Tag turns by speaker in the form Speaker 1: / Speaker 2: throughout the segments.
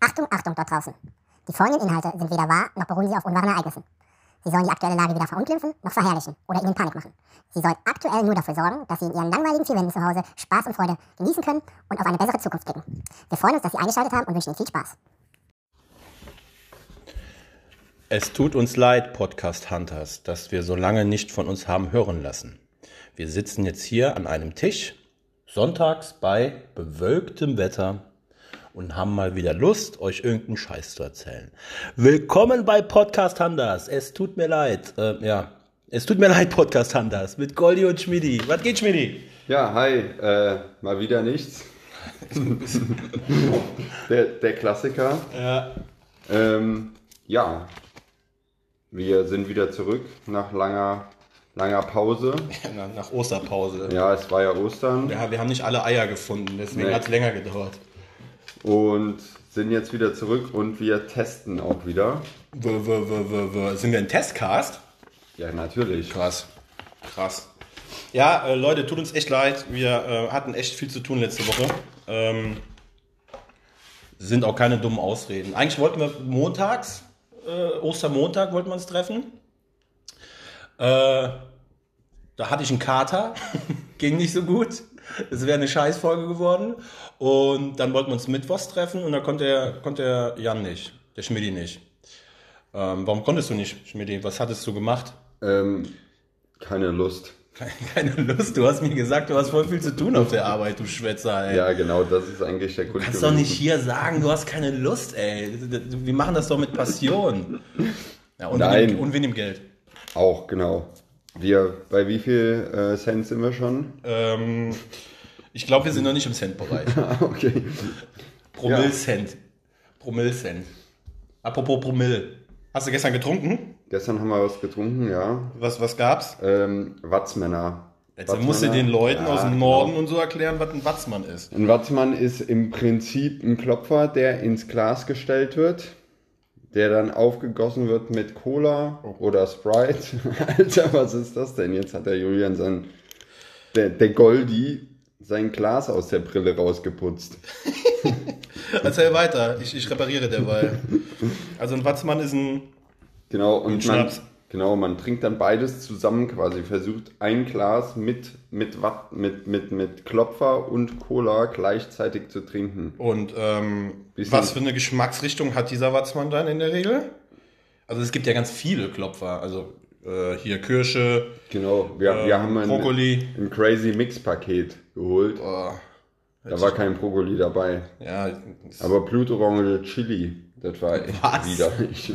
Speaker 1: Achtung, Achtung dort draußen. Die folgenden Inhalte sind weder wahr, noch beruhen sie auf unwahren Ereignissen. Sie sollen die aktuelle Lage weder verunglimpfen, noch verherrlichen oder ihnen Panik machen. Sie sollen aktuell nur dafür sorgen, dass sie in ihren langweiligen vier Wänden zu Hause Spaß und Freude genießen können und auf eine bessere Zukunft blicken. Wir freuen uns, dass Sie eingeschaltet haben und wünschen Ihnen viel Spaß.
Speaker 2: Es tut uns leid, Podcast Hunters, dass wir so lange nicht von uns haben hören lassen. Wir sitzen jetzt hier an einem Tisch, sonntags bei bewölktem Wetter und haben mal wieder Lust, euch irgendeinen Scheiß zu erzählen. Willkommen bei Podcast Hunters. Es tut mir leid. Äh, ja, es tut mir leid, Podcast Hunters, mit Goldi und Schmidi. Was geht, Schmidi?
Speaker 3: Ja, hi, äh, mal wieder nichts. der, der Klassiker.
Speaker 2: Ja.
Speaker 3: Ähm, ja, wir sind wieder zurück nach langer, langer Pause.
Speaker 2: Nach Osterpause.
Speaker 3: Ja, es war ja Ostern
Speaker 2: Ja, wir haben nicht alle Eier gefunden, deswegen
Speaker 3: Nee.
Speaker 2: hat es länger gedauert.
Speaker 3: und sind jetzt wieder zurück und wir testen auch wieder.
Speaker 2: W -w -w -w -w Sind wir ein Testcast?
Speaker 3: Ja, natürlich.
Speaker 2: Krass. Krass. Ja, äh, Leute, tut uns echt leid. Wir äh, hatten echt viel zu tun letzte Woche. Ähm, sind auch keine dummen Ausreden. Eigentlich wollten wir montags, äh, Ostermontag wollten wir uns treffen. Äh, da hatte ich einen Kater, ging nicht so gut. Es wäre eine Scheißfolge geworden. Und dann wollten wir uns Mittwochs treffen und da konnte der, konnte der Jan nicht, der Schmidi nicht. Ähm, warum konntest du nicht, Schmidi? Was hattest du gemacht?
Speaker 3: Ähm, keine Lust.
Speaker 2: Keine Lust, du hast mir gesagt, du hast voll viel zu tun auf der Arbeit, du Schwätzer, ey.
Speaker 3: Ja, genau, das ist eigentlich der Grund.
Speaker 2: Du kannst doch
Speaker 3: gewesen.
Speaker 2: nicht hier sagen, du hast keine Lust, ey. Wir machen das doch mit Passion. Ja, und,
Speaker 3: Nein.
Speaker 2: Mit dem, und mit dem Geld.
Speaker 3: Auch, genau. Wir, bei wie viel äh, Cent sind wir schon?
Speaker 2: Ähm, ich glaube, wir sind noch nicht im Cent-Bereich.
Speaker 3: okay.
Speaker 2: Promillcent. Promillcent. Apropos Promille. Hast du gestern getrunken?
Speaker 3: Gestern haben wir was getrunken, ja.
Speaker 2: Was, was gab's?
Speaker 3: Ähm, Watzmänner.
Speaker 2: Jetzt musst du
Speaker 3: Watzmänner?
Speaker 2: den Leuten
Speaker 3: Ja,
Speaker 2: aus dem
Speaker 3: genau.
Speaker 2: Norden und so erklären, was ein Watzmann ist.
Speaker 3: Ein Watzmann ist im Prinzip ein Klopfer, der ins Glas gestellt wird, der dann aufgegossen wird mit Cola
Speaker 2: Oh.
Speaker 3: oder Sprite. Alter, was ist das denn? Jetzt hat der Julian sein, der, der Goldi, sein Glas aus der Brille rausgeputzt.
Speaker 2: Erzähl weiter, ich, ich repariere derweil. Also ein Watzmann ist ein
Speaker 3: Genau, und man,
Speaker 2: Schnaps.
Speaker 3: genau, man trinkt dann beides zusammen quasi, versucht ein Glas mit, mit, Watt, mit, mit, mit Klopfer und Cola gleichzeitig zu trinken.
Speaker 2: Und ähm,
Speaker 3: Bisschen-
Speaker 2: was für eine Geschmacksrichtung hat dieser Watzmann dann in der Regel? Also es gibt ja ganz viele Klopfer. Also äh, hier Kirsche,
Speaker 3: Genau, wir, wir
Speaker 2: ähm,
Speaker 3: haben ein,
Speaker 2: Brokkoli.
Speaker 3: ein Crazy Mix Paket geholt.
Speaker 2: Oh,
Speaker 3: Da war kein Brokkoli dabei.
Speaker 2: ja, ist-
Speaker 3: Aber Blutorange Chili, das war echt
Speaker 2: Was?
Speaker 3: widerlich.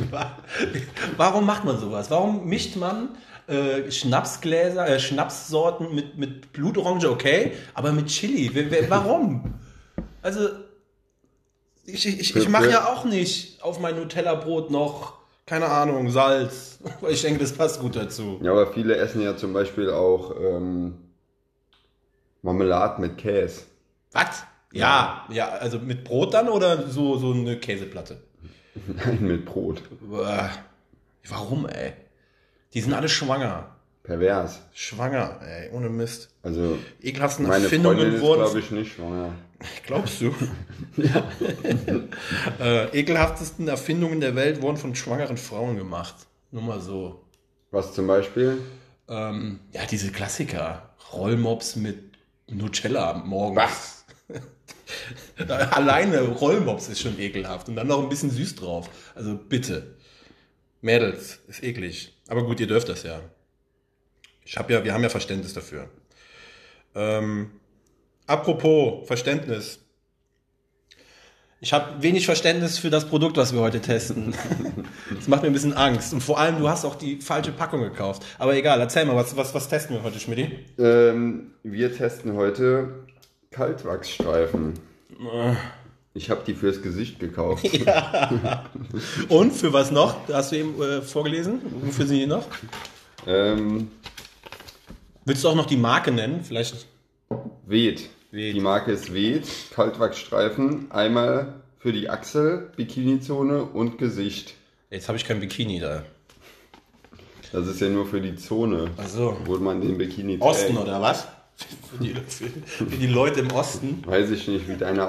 Speaker 2: Warum macht man sowas? Warum mischt man äh, Schnapsgläser, äh, Schnapssorten mit, mit Blutorange, okay, aber mit Chili? Wer- wer- Warum? Also, ich, ich, ich mache ja auch nicht auf mein Nutella-Brot noch, keine Ahnung, Salz. Weil Ich denke, das passt gut dazu.
Speaker 3: Ja, aber viele essen ja zum Beispiel auch ähm, Marmelade mit Käse.
Speaker 2: Was? Ja, ja, also mit Brot dann oder so, so eine Käseplatte?
Speaker 3: Nein, mit Brot.
Speaker 2: Uah. Äh, Warum, ey? Die sind alle schwanger.
Speaker 3: Pervers.
Speaker 2: Schwanger, ey, ohne Mist.
Speaker 3: Also
Speaker 2: Ekelhaften
Speaker 3: meine Freundin
Speaker 2: Erfindungen
Speaker 3: ist,
Speaker 2: wurden.
Speaker 3: glaube ich, nicht schwanger.
Speaker 2: Glaubst du? äh, ekelhaftesten Erfindungen der Welt wurden von schwangeren Frauen gemacht. Nur mal so.
Speaker 3: Was zum Beispiel?
Speaker 2: Ähm, ja, diese Klassiker. Rollmops mit Nutella morgens. Alleine Rollmops ist schon ekelhaft. Und dann noch ein bisschen süß drauf. Also bitte. Mädels, ist eklig. Aber gut, ihr dürft das ja. Ich hab ja, wir haben ja Verständnis dafür. Ähm, apropos Verständnis. Ich habe wenig Verständnis für das Produkt, was wir heute testen. Das macht mir ein bisschen Angst. Und vor allem, du hast auch die falsche Packung gekauft. Aber egal, erzähl mal, was, was, was testen wir heute, Schmidti?
Speaker 3: Ähm, wir testen heute Kaltwachsstreifen.
Speaker 2: Äh.
Speaker 3: Ich habe die fürs Gesicht gekauft.
Speaker 2: Und für was noch? Hast du eben äh, vorgelesen? Wofür sind die noch?
Speaker 3: ähm,
Speaker 2: Willst du auch noch die Marke nennen? Vielleicht.
Speaker 3: Weht.
Speaker 2: Weht.
Speaker 3: Die Marke ist Weht. Kaltwachsstreifen. Einmal für die Achsel, Bikinizone und Gesicht.
Speaker 2: Jetzt habe ich kein Bikini da.
Speaker 3: Das ist ja nur für die Zone,
Speaker 2: Ach so.
Speaker 3: wo man den Bikini
Speaker 2: Also Osten
Speaker 3: trägt.
Speaker 2: oder was? Für die, für, für die Leute im Osten.
Speaker 3: Weiß ich nicht, wie deiner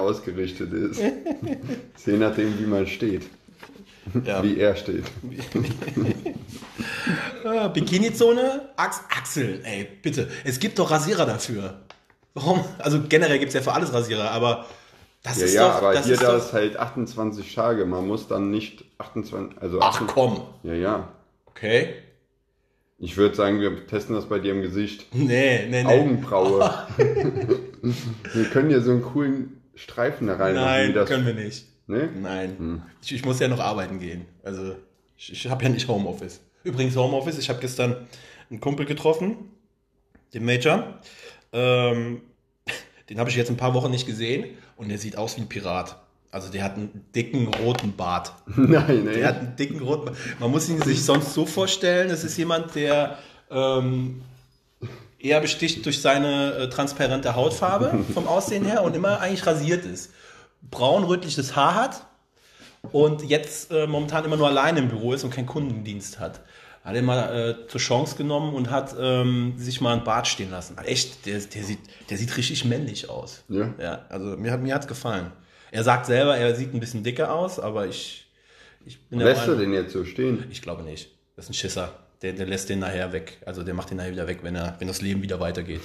Speaker 3: ausgerichtet ist. Ist Je nachdem, wie man steht.
Speaker 2: Ja.
Speaker 3: Wie er steht.
Speaker 2: Äh, Bikini-Zone, Ax Axel, ey, bitte. Es gibt doch Rasierer dafür. Warum? Also generell gibt es ja für alles Rasierer, aber das
Speaker 3: Ja,
Speaker 2: ist
Speaker 3: ja,
Speaker 2: doch.
Speaker 3: aber
Speaker 2: das
Speaker 3: hier
Speaker 2: ist
Speaker 3: da
Speaker 2: doch,
Speaker 3: ist halt 28 Tage. Man muss dann nicht 28, also
Speaker 2: Ach
Speaker 3: 28,
Speaker 2: komm.
Speaker 3: Ja, ja.
Speaker 2: Okay.
Speaker 3: Ich würde sagen, wir testen das bei dir im Gesicht.
Speaker 2: Nee, nee, nee.
Speaker 3: Augenbraue. wir können dir so einen coolen Streifen da reinmachen.
Speaker 2: Nein,
Speaker 3: wie das,
Speaker 2: können wir nicht.
Speaker 3: ne?
Speaker 2: Nein. Ich, ich muss ja noch arbeiten gehen. Also ich, ich habe ja nicht Homeoffice. Übrigens Homeoffice, ich habe gestern einen Kumpel getroffen, den Major. Ähm, den habe ich jetzt ein paar Wochen nicht gesehen und der sieht aus wie ein Pirat. Also der hat einen dicken roten Bart.
Speaker 3: Nein, ey.
Speaker 2: Der hat einen dicken roten Bart. Man muss ihn sich sonst so vorstellen, es ist jemand, der ähm, eher besticht durch seine äh, transparente Hautfarbe vom Aussehen her und immer eigentlich rasiert ist. Braun-rötliches Haar hat und jetzt äh, momentan immer nur alleine im Büro ist und keinen Kundendienst hat. Hat er mal äh, zur Chance genommen und hat ähm, sich mal einen Bart stehen lassen. Echt, der, der, sieht, der sieht richtig männlich aus.
Speaker 3: Ja.
Speaker 2: ja also mir hat mir hat's gefallen. Er sagt selber, er sieht ein bisschen dicker aus, aber ich, ich bin
Speaker 3: Lässt du
Speaker 2: Meinung-
Speaker 3: den jetzt so stehen?
Speaker 2: ich glaube nicht. Das ist ein Schisser. Der, der lässt den nachher weg. Also der macht den nachher wieder weg, wenn, er, wenn das Leben wieder weitergeht.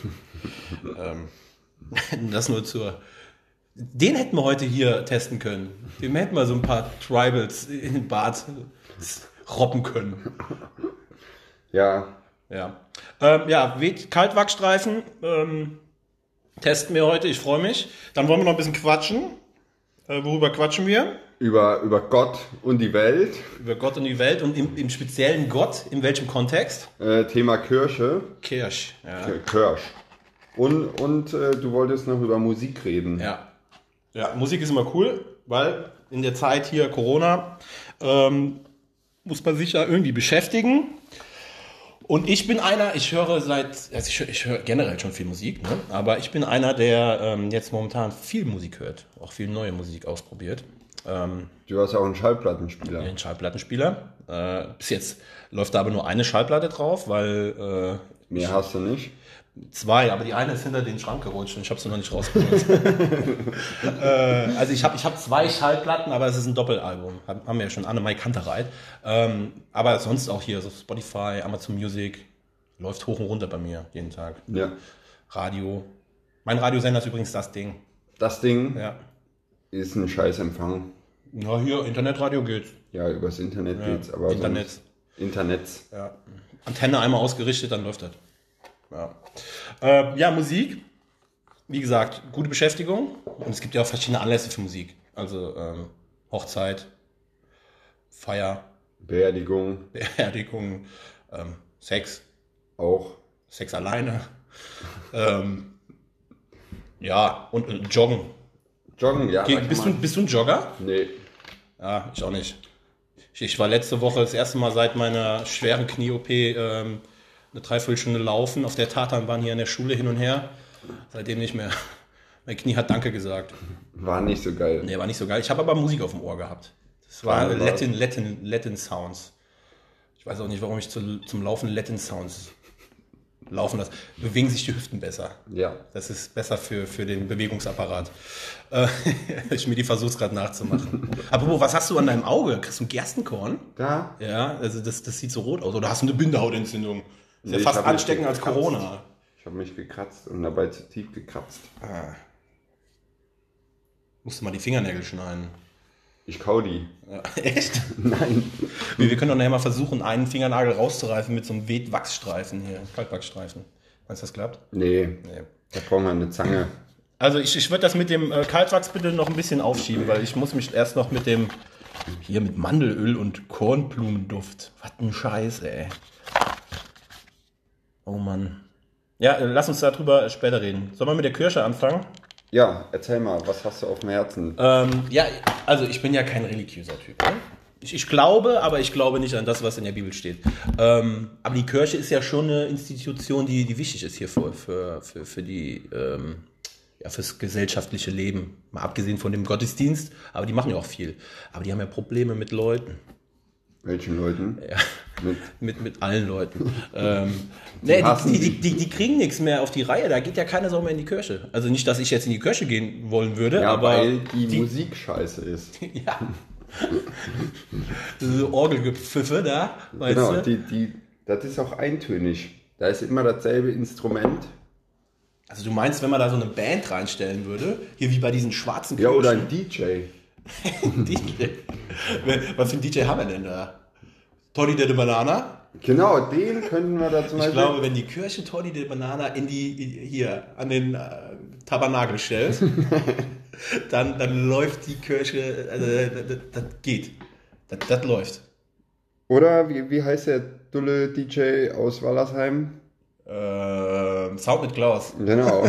Speaker 2: ähm, das nur zur. Den hätten wir heute hier testen können. Dem hätten wir so ein paar Tribals in den Bart robben können.
Speaker 3: Ja.
Speaker 2: Ja, ähm, ja Weht- Kaltwachstreifen ähm, testen wir heute. Ich freue mich. Dann wollen wir noch ein bisschen quatschen. Äh, worüber quatschen wir?
Speaker 3: Über, über Gott und die Welt.
Speaker 2: Über Gott und die Welt und im, im speziellen Gott. In welchem Kontext?
Speaker 3: Äh, Thema Kirche.
Speaker 2: Kirsch. Ja.
Speaker 3: Äh, Kirsch. Und, und äh, du wolltest noch über Musik reden.
Speaker 2: Ja. Ja, Musik ist immer cool, weil in der Zeit hier Corona ähm, muss man sich ja irgendwie beschäftigen. Und ich bin einer, ich höre seit, also ich, hö- ich höre generell schon viel Musik, ne? aber ich bin einer, der ähm, jetzt momentan viel Musik hört, auch viel neue Musik ausprobiert. Ähm,
Speaker 3: Du hast auch einen Schallplattenspieler.
Speaker 2: den Schallplattenspieler. Äh, bis jetzt läuft da aber nur eine Schallplatte drauf, weil äh,
Speaker 3: Mehr hast du nicht.
Speaker 2: Zwei, aber die eine ist hinter den Schrank gerutscht und ich habe sie noch nicht rausgeholt. äh, also ich habe ich hab zwei Schallplatten, aber es ist ein Doppelalbum. Hab- Haben wir ja schon Anne-Mai Kantereit. Ähm, aber sonst auch hier, so Spotify, Amazon Music, läuft hoch und runter bei mir jeden Tag.
Speaker 3: Ja.
Speaker 2: Radio. Mein Radiosender ist übrigens das Ding.
Speaker 3: Das Ding
Speaker 2: Ja.
Speaker 3: ist ein Scheißempfang.
Speaker 2: Na hier, Internetradio geht's.
Speaker 3: Ja, übers Internet
Speaker 2: Ja,
Speaker 3: geht's, aber
Speaker 2: Internet.
Speaker 3: sonst- Internets.
Speaker 2: Ja. Antenne einmal ausgerichtet, dann läuft das. Ja. Äh, ja, Musik. Wie gesagt, gute Beschäftigung. Und es gibt ja auch verschiedene Anlässe für Musik. Also ähm, Hochzeit, Feier,
Speaker 3: Beerdigung
Speaker 2: Beerdigung, ähm, Sex,
Speaker 3: auch.
Speaker 2: Sex alleine. ähm, ja, und äh, Joggen.
Speaker 3: Joggen, ja.
Speaker 2: Ge-
Speaker 3: da kann
Speaker 2: bist, du,
Speaker 3: man-
Speaker 2: bist du ein Jogger?
Speaker 3: Nee.
Speaker 2: Ja, ich auch nicht. Ich, ich war letzte Woche das erste Mal seit meiner schweren Knie-OP ähm, eine Dreiviertelstunde laufen auf der Tatanbahn hier in der Schule hin und her. Seitdem nicht mehr. Mein Knie hat Danke gesagt.
Speaker 3: War nicht so geil.
Speaker 2: Nee, war nicht so geil. Ich habe aber Musik auf dem Ohr gehabt. Das war
Speaker 3: Klar,
Speaker 2: Latin, Latin, Latin Sounds. Ich weiß auch nicht, warum ich zu, zum Laufen Latin Sounds laufen lasse. Bewegen sich die Hüften besser.
Speaker 3: Ja.
Speaker 2: Das ist besser für, für den Bewegungsapparat. Äh, ich mir die versuch's gerade nachzumachen. Apropos, was hast du an deinem Auge? Kriegst du ein Gerstenkorn?
Speaker 3: Da?
Speaker 2: Ja, also das, das sieht so rot aus. Oder hast du eine Bindehautentzündung? Ist
Speaker 3: Nee,
Speaker 2: ja
Speaker 3: ich
Speaker 2: fast
Speaker 3: hab nicht
Speaker 2: ansteckend als
Speaker 3: gekratzt.
Speaker 2: Corona.
Speaker 3: Ich habe mich gekratzt und dabei zu tief gekratzt. Ah.
Speaker 2: Musst du mal die Fingernägel schneiden.
Speaker 3: Ich kau die.
Speaker 2: Ja, echt? Nein. Wir, wir können doch nachher mal versuchen, einen Fingernagel rauszureifen mit so einem Wetwachsstreifen hier. Kaltwachsstreifen. Meinst du, das klappt?
Speaker 3: Nee,
Speaker 2: Nee.
Speaker 3: da brauchen wir eine Zange.
Speaker 2: Also ich, ich würde das mit dem äh, Kaltwachs bitte noch ein bisschen aufschieben, weil ich muss mich erst noch mit dem hier mit Mandelöl und Kornblumenduft. Was ein Scheiß, ey. Oh Mann. Ja, äh, lass uns darüber später reden. Sollen wir mit der Kirsche anfangen?
Speaker 3: Ja, erzähl mal, was hast du auf dem Herzen?
Speaker 2: Ähm, ja, also ich bin ja kein religiöser Typ. Ne? Ich, ich glaube, aber ich glaube nicht an das, was in der Bibel steht. Ähm, aber die Kirche ist ja schon eine Institution, die, die wichtig ist hier für, für, für, für die, ähm, ja, fürs gesellschaftliche Leben. Mal abgesehen von dem Gottesdienst, aber die machen ja auch viel. Aber die haben ja Probleme mit Leuten.
Speaker 3: Welchen Leuten?
Speaker 2: Ja.
Speaker 3: Mit
Speaker 2: Mit, mit allen Leuten. ähm, nee,
Speaker 3: hassen
Speaker 2: die, die,
Speaker 3: dich.
Speaker 2: die, die, die kriegen nichts mehr auf die Reihe, da geht ja keiner so mehr in die Kirche. Also nicht, dass ich jetzt in die Kirche gehen wollen würde,
Speaker 3: ja,
Speaker 2: aber.
Speaker 3: weil die, Musik scheiße ist.
Speaker 2: ja. Diese Orgelgepfiffe da, weißt
Speaker 3: genau,
Speaker 2: du?
Speaker 3: die, die, das ist auch eintönig. Da ist immer dasselbe Instrument.
Speaker 2: also du meinst, wenn man da so eine Band reinstellen würde, hier wie bei diesen schwarzen
Speaker 3: Ja, oder
Speaker 2: Kirchen-
Speaker 3: ein DJ.
Speaker 2: DJ. Wer- Was für ein DJ haben wir denn da? Toddy de Banana?
Speaker 3: Genau, den könnten wir da zum
Speaker 2: Ich
Speaker 3: Beispiel.
Speaker 2: glaube, wenn die Kirche Toddy de Banana in die hier an den äh, Tabernakel stellt, dann, dann läuft die Kirche, also das, das, das geht. Das, das läuft.
Speaker 3: Oder wie, wie heißt der dulle DJ aus Wallersheim?
Speaker 2: Ähm, Sound mit Klaus.
Speaker 3: Genau.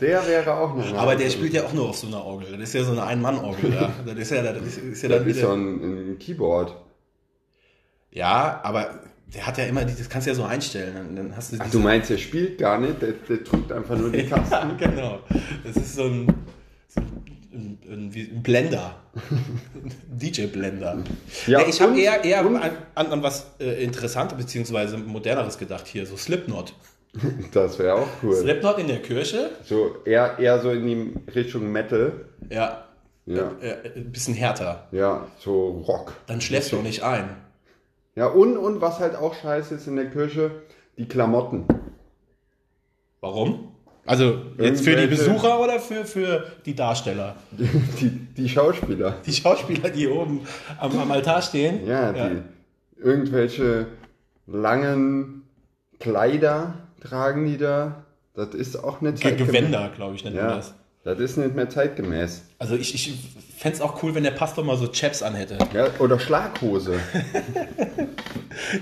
Speaker 3: der wäre auch noch.
Speaker 2: Aber der spielt ja auch nur auf so einer Orgel. Das ist ja so eine Ein-Mann-Orgel da. Das ist ja, das ist, ist ja
Speaker 3: Das
Speaker 2: dann
Speaker 3: ist so
Speaker 2: wieder.
Speaker 3: ein, ein Keyboard.
Speaker 2: Ja, aber der hat ja immer, dieses- das kannst du ja so einstellen. Dann, dann hast du
Speaker 3: Ach,
Speaker 2: diese-
Speaker 3: du meinst, der spielt gar nicht, der, der drückt einfach nur die
Speaker 2: Ja,
Speaker 3: Tasten.
Speaker 2: genau. Das ist so ein, so ein, ein, wie- ein Blender. DJ-Blender.
Speaker 3: Ja,
Speaker 2: Ja, ich habe
Speaker 3: und-
Speaker 2: eher, eher
Speaker 3: und-
Speaker 2: an, an, an was äh, Interessantes bzw. Moderneres gedacht hier, so Slipknot.
Speaker 3: Das wäre auch cool.
Speaker 2: Slipknot in der Kirche,
Speaker 3: So eher, eher so in die Richtung Metal.
Speaker 2: ja,
Speaker 3: Ja,
Speaker 2: äh, ein bisschen härter.
Speaker 3: ja so Rock.
Speaker 2: Dann schläfst du auch nicht ein.
Speaker 3: Ja, und, und was halt auch scheiße ist in der Kirche, die Klamotten.
Speaker 2: Warum? Also jetzt für die
Speaker 3: Irgendwelche-
Speaker 2: Besucher oder für, für die Darsteller?
Speaker 3: Die, die Schauspieler.
Speaker 2: Die Schauspieler, die oben am, am Altar stehen?
Speaker 3: Ja, die irgendwelche langen Kleider tragen die da. Das ist auch nicht
Speaker 2: Ge- Gewänder, glaube ich, nennt man
Speaker 3: Ja,
Speaker 2: das.
Speaker 3: das ist nicht mehr zeitgemäß.
Speaker 2: Also ich, ich fände es auch cool, wenn der Pastor mal so Chaps anhätte.
Speaker 3: Ja, oder Schlaghose.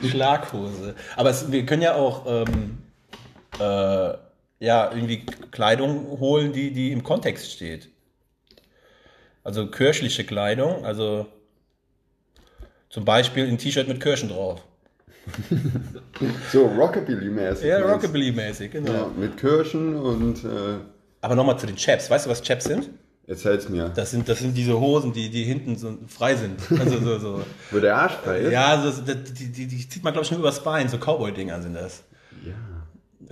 Speaker 2: Schlaghose. Aber es, wir können ja auch ähm, äh, ja, irgendwie Kleidung holen, die, die im Kontext steht. Also kirchliche Kleidung, also zum Beispiel ein T-Shirt mit Kirschen drauf.
Speaker 3: So Rockabilly-mäßig.
Speaker 2: Ja,
Speaker 3: meinst du?
Speaker 2: Rockabilly-mäßig, genau.
Speaker 3: Ja, mit Kirschen und äh,
Speaker 2: Aber nochmal zu den Chaps. Weißt du, was Chaps sind?
Speaker 3: erzähl's mir.
Speaker 2: Das sind, das sind diese Hosen, die, die hinten so frei sind. Also so, so.
Speaker 3: Wo der Arsch frei ist?
Speaker 2: Ja, so, so, das- die, die, die zieht man, glaube ich, nur übers Bein. So Cowboy-Dinger sind das. Ja.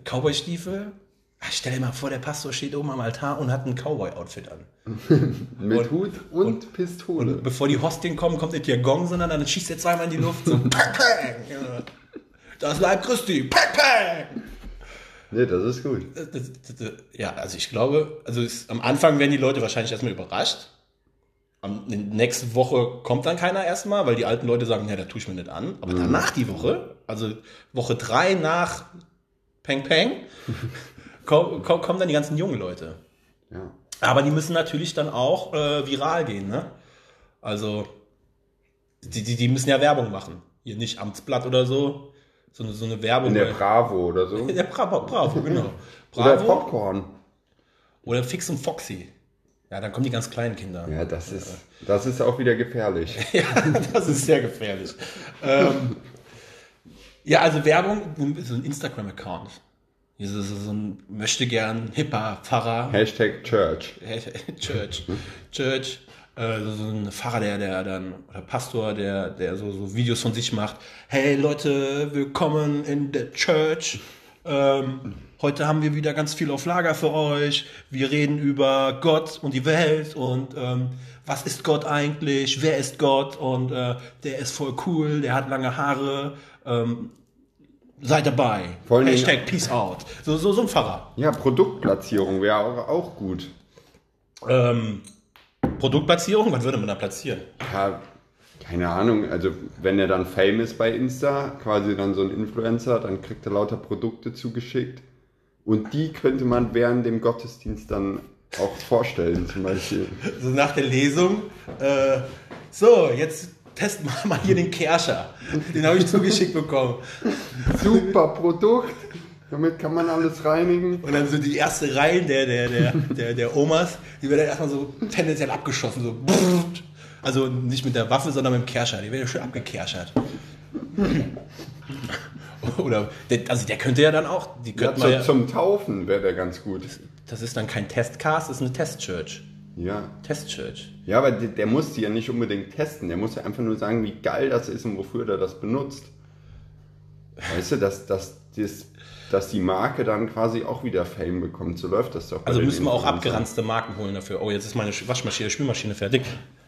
Speaker 2: Cowboy-Stiefel. Ach, Stell dir mal vor, der Pastor steht oben am Altar und hat ein Cowboy-Outfit an.
Speaker 3: Mit Hut und, Pistole.
Speaker 2: Bevor die Hostien kommen, kommt nicht der Gong, sondern dann schießt er zweimal in die Luft. So, pack, pack. Das Leib Christi. Pack, pack.
Speaker 3: nee, das ist gut.
Speaker 2: Das- das- das- das- Ja, also ich glaube, also es, am Anfang werden die Leute wahrscheinlich erstmal überrascht. Am, in der nächsten Woche kommt dann keiner erstmal, weil die alten Leute sagen, ja, da tue ich mir nicht an.
Speaker 3: Mhm.
Speaker 2: Aber danach die Woche, also Woche drei nach Peng Peng, kommen, kommen dann die ganzen jungen Leute.
Speaker 3: Ja.
Speaker 2: Aber die müssen natürlich dann auch äh, viral gehen, ne? Also, die, die, die müssen ja Werbung machen. Hier nicht Amtsblatt oder so, so eine, so eine Werbung.
Speaker 3: In der
Speaker 2: bei-
Speaker 3: Bravo oder so.
Speaker 2: ja, Bravo, Bravo, genau.
Speaker 3: Oder
Speaker 2: Bravo.
Speaker 3: Popcorn.
Speaker 2: Oder Fix und Foxy. Ja, dann kommen die ganz kleinen Kinder.
Speaker 3: Ja, das ist, das ist auch wieder gefährlich.
Speaker 2: Ja, das ist sehr gefährlich. ähm, ja, also Werbung, so ein Instagram-Account. Hier So, so so ein möchte gern hipper Pfarrer.
Speaker 3: Hashtag Church.
Speaker 2: Church. Church. Äh, so so ein Pfarrer, der, der dann, oder Pastor, der, der so, so Videos von sich macht. Hey Leute, willkommen in der Church. Ähm, heute haben wir wieder ganz viel auf Lager für euch. Wir reden über Gott und die Welt und ähm, was ist Gott eigentlich? Wer ist Gott? Und äh, der ist voll cool, der hat lange Haare. Ähm, seid dabei.
Speaker 3: Vor allen Dingen-
Speaker 2: Hashtag Peace out. So, so, so ein Pfarrer.
Speaker 3: Ja, Produktplatzierung wäre auch, auch gut.
Speaker 2: Ähm, Produktplatzierung, was würde man da platzieren?
Speaker 3: Ja, keine Ahnung, also wenn er dann Fame ist bei Insta, quasi dann so ein Influencer, dann kriegt er lauter Produkte zugeschickt. Und die könnte man während dem Gottesdienst dann auch vorstellen, zum Beispiel.
Speaker 2: So nach der Lesung, äh, so, jetzt testen wir mal hier den Kerscher. Den habe ich zugeschickt bekommen.
Speaker 3: Super Produkt, damit kann man alles reinigen.
Speaker 2: Und dann so die erste Reihe der, der, der, der, der Omas, die werden dann erstmal so tendenziell abgeschossen. So. Also nicht mit der Waffe, sondern mit dem Kerscher. Die werden schön abgekerschert. Oder, der, also der könnte ja dann auch, die
Speaker 3: Ja,
Speaker 2: könnte
Speaker 3: zu,
Speaker 2: man ja,
Speaker 3: Zum Taufen wäre der ganz gut.
Speaker 2: das ist dann kein Testcast, das ist eine Testchurch.
Speaker 3: Ja.
Speaker 2: Testchurch.
Speaker 3: Ja, aber der, der muss die ja nicht unbedingt testen. Der muss ja einfach nur sagen, wie geil das ist und wofür er das benutzt. Weißt du, dass, dass, dass, dass die Marke dann quasi auch wieder Fame bekommt. So läuft das doch. bei
Speaker 2: Also
Speaker 3: den
Speaker 2: müssen wir auch
Speaker 3: Influencern.
Speaker 2: abgeranzte Marken holen dafür. Oh, jetzt ist meine Sch- Waschmaschine, Spülmaschine fertig.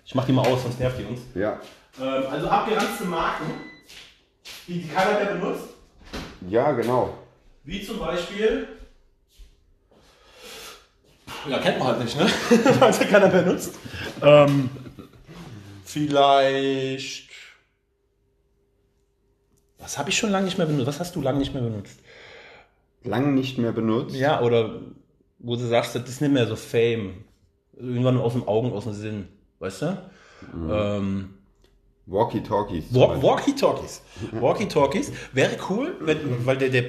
Speaker 2: Ich mach die mal aus, sonst nervt die uns.
Speaker 3: Ja.
Speaker 2: Ähm, also abgeranzte Marken, die, die keiner mehr benutzt,
Speaker 3: ja, genau.
Speaker 2: wie zum Beispiel. Ja, kennt man halt nicht, ne? Weil sie keiner mehr nutzt. Ähm, vielleicht. Was habe ich schon lange nicht mehr benutzt? Was hast du lange nicht mehr benutzt?
Speaker 3: Lang nicht mehr benutzt.
Speaker 2: Ja, oder wo du sagst, das ist nicht mehr so Fame. Irgendwann aus den Augen, aus dem Sinn. Weißt du? Ähm,
Speaker 3: Walkie-Talkies. zum
Speaker 2: Walk-
Speaker 3: Beispiel.
Speaker 2: Walkie-Talkies. Walkie-Talkies wäre cool, wenn, weil der, der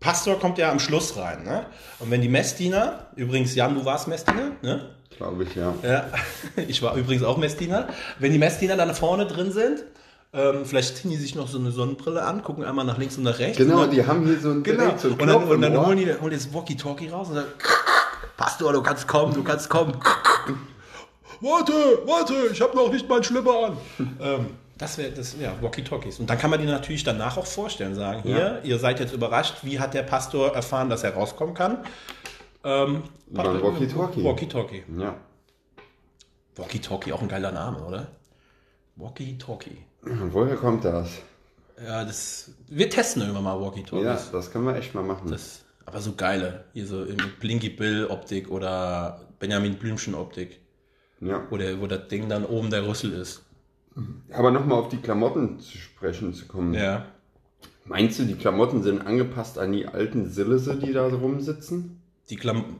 Speaker 2: Pastor kommt ja am Schluss rein. Ne? Und wenn die Messdiener, übrigens, Jan, du warst Messdiener, ne?
Speaker 3: Glaube ich, ja.
Speaker 2: Ja, ich war übrigens auch Messdiener. Wenn die Messdiener dann vorne drin sind, ähm, vielleicht ziehen die sich noch so eine Sonnenbrille an, gucken einmal nach links und nach rechts. ne?
Speaker 3: Genau,
Speaker 2: und dann,
Speaker 3: die haben hier so einen
Speaker 2: genau.
Speaker 3: direkt so einen
Speaker 2: und dann,
Speaker 3: Knopf
Speaker 2: und dann
Speaker 3: im Ohr.
Speaker 2: holen die holen die das Walkie-Talkie raus und sagen, Pastor, du kannst kommen, du kannst kommen. Warte, warte, ich habe noch nicht meinen Schlipper an. ähm, das wäre das, ja, Walkie-Talkies. Und dann kann man die natürlich danach auch vorstellen, sagen, hier,
Speaker 3: Ja.
Speaker 2: ihr seid jetzt überrascht, wie hat der Pastor erfahren, dass er rauskommen kann? Ähm,
Speaker 3: Über ein Walkie-Talkie.
Speaker 2: Walkie-Talkie.
Speaker 3: Ja.
Speaker 2: Walkie-Talkie, auch ein geiler Name, oder? Walkie-Talkie.
Speaker 3: Woher kommt das?
Speaker 2: Ja, das, wir testen irgendwann mal
Speaker 3: Ja,
Speaker 2: Walkie-Talkies.
Speaker 3: das können wir echt mal machen.
Speaker 2: Das, aber so geile. Hier so in Blinky Bill Optik oder Benjamin Blümchen Optik.
Speaker 3: ja.
Speaker 2: Wo, der, wo das Ding dann oben der Rüssel ist.
Speaker 3: Aber nochmal auf die Klamotten zu sprechen zu kommen.
Speaker 2: Ja.
Speaker 3: Meinst du, die Klamotten sind angepasst an die alten Sillisse, die da so rumsitzen?
Speaker 2: Die Klamm.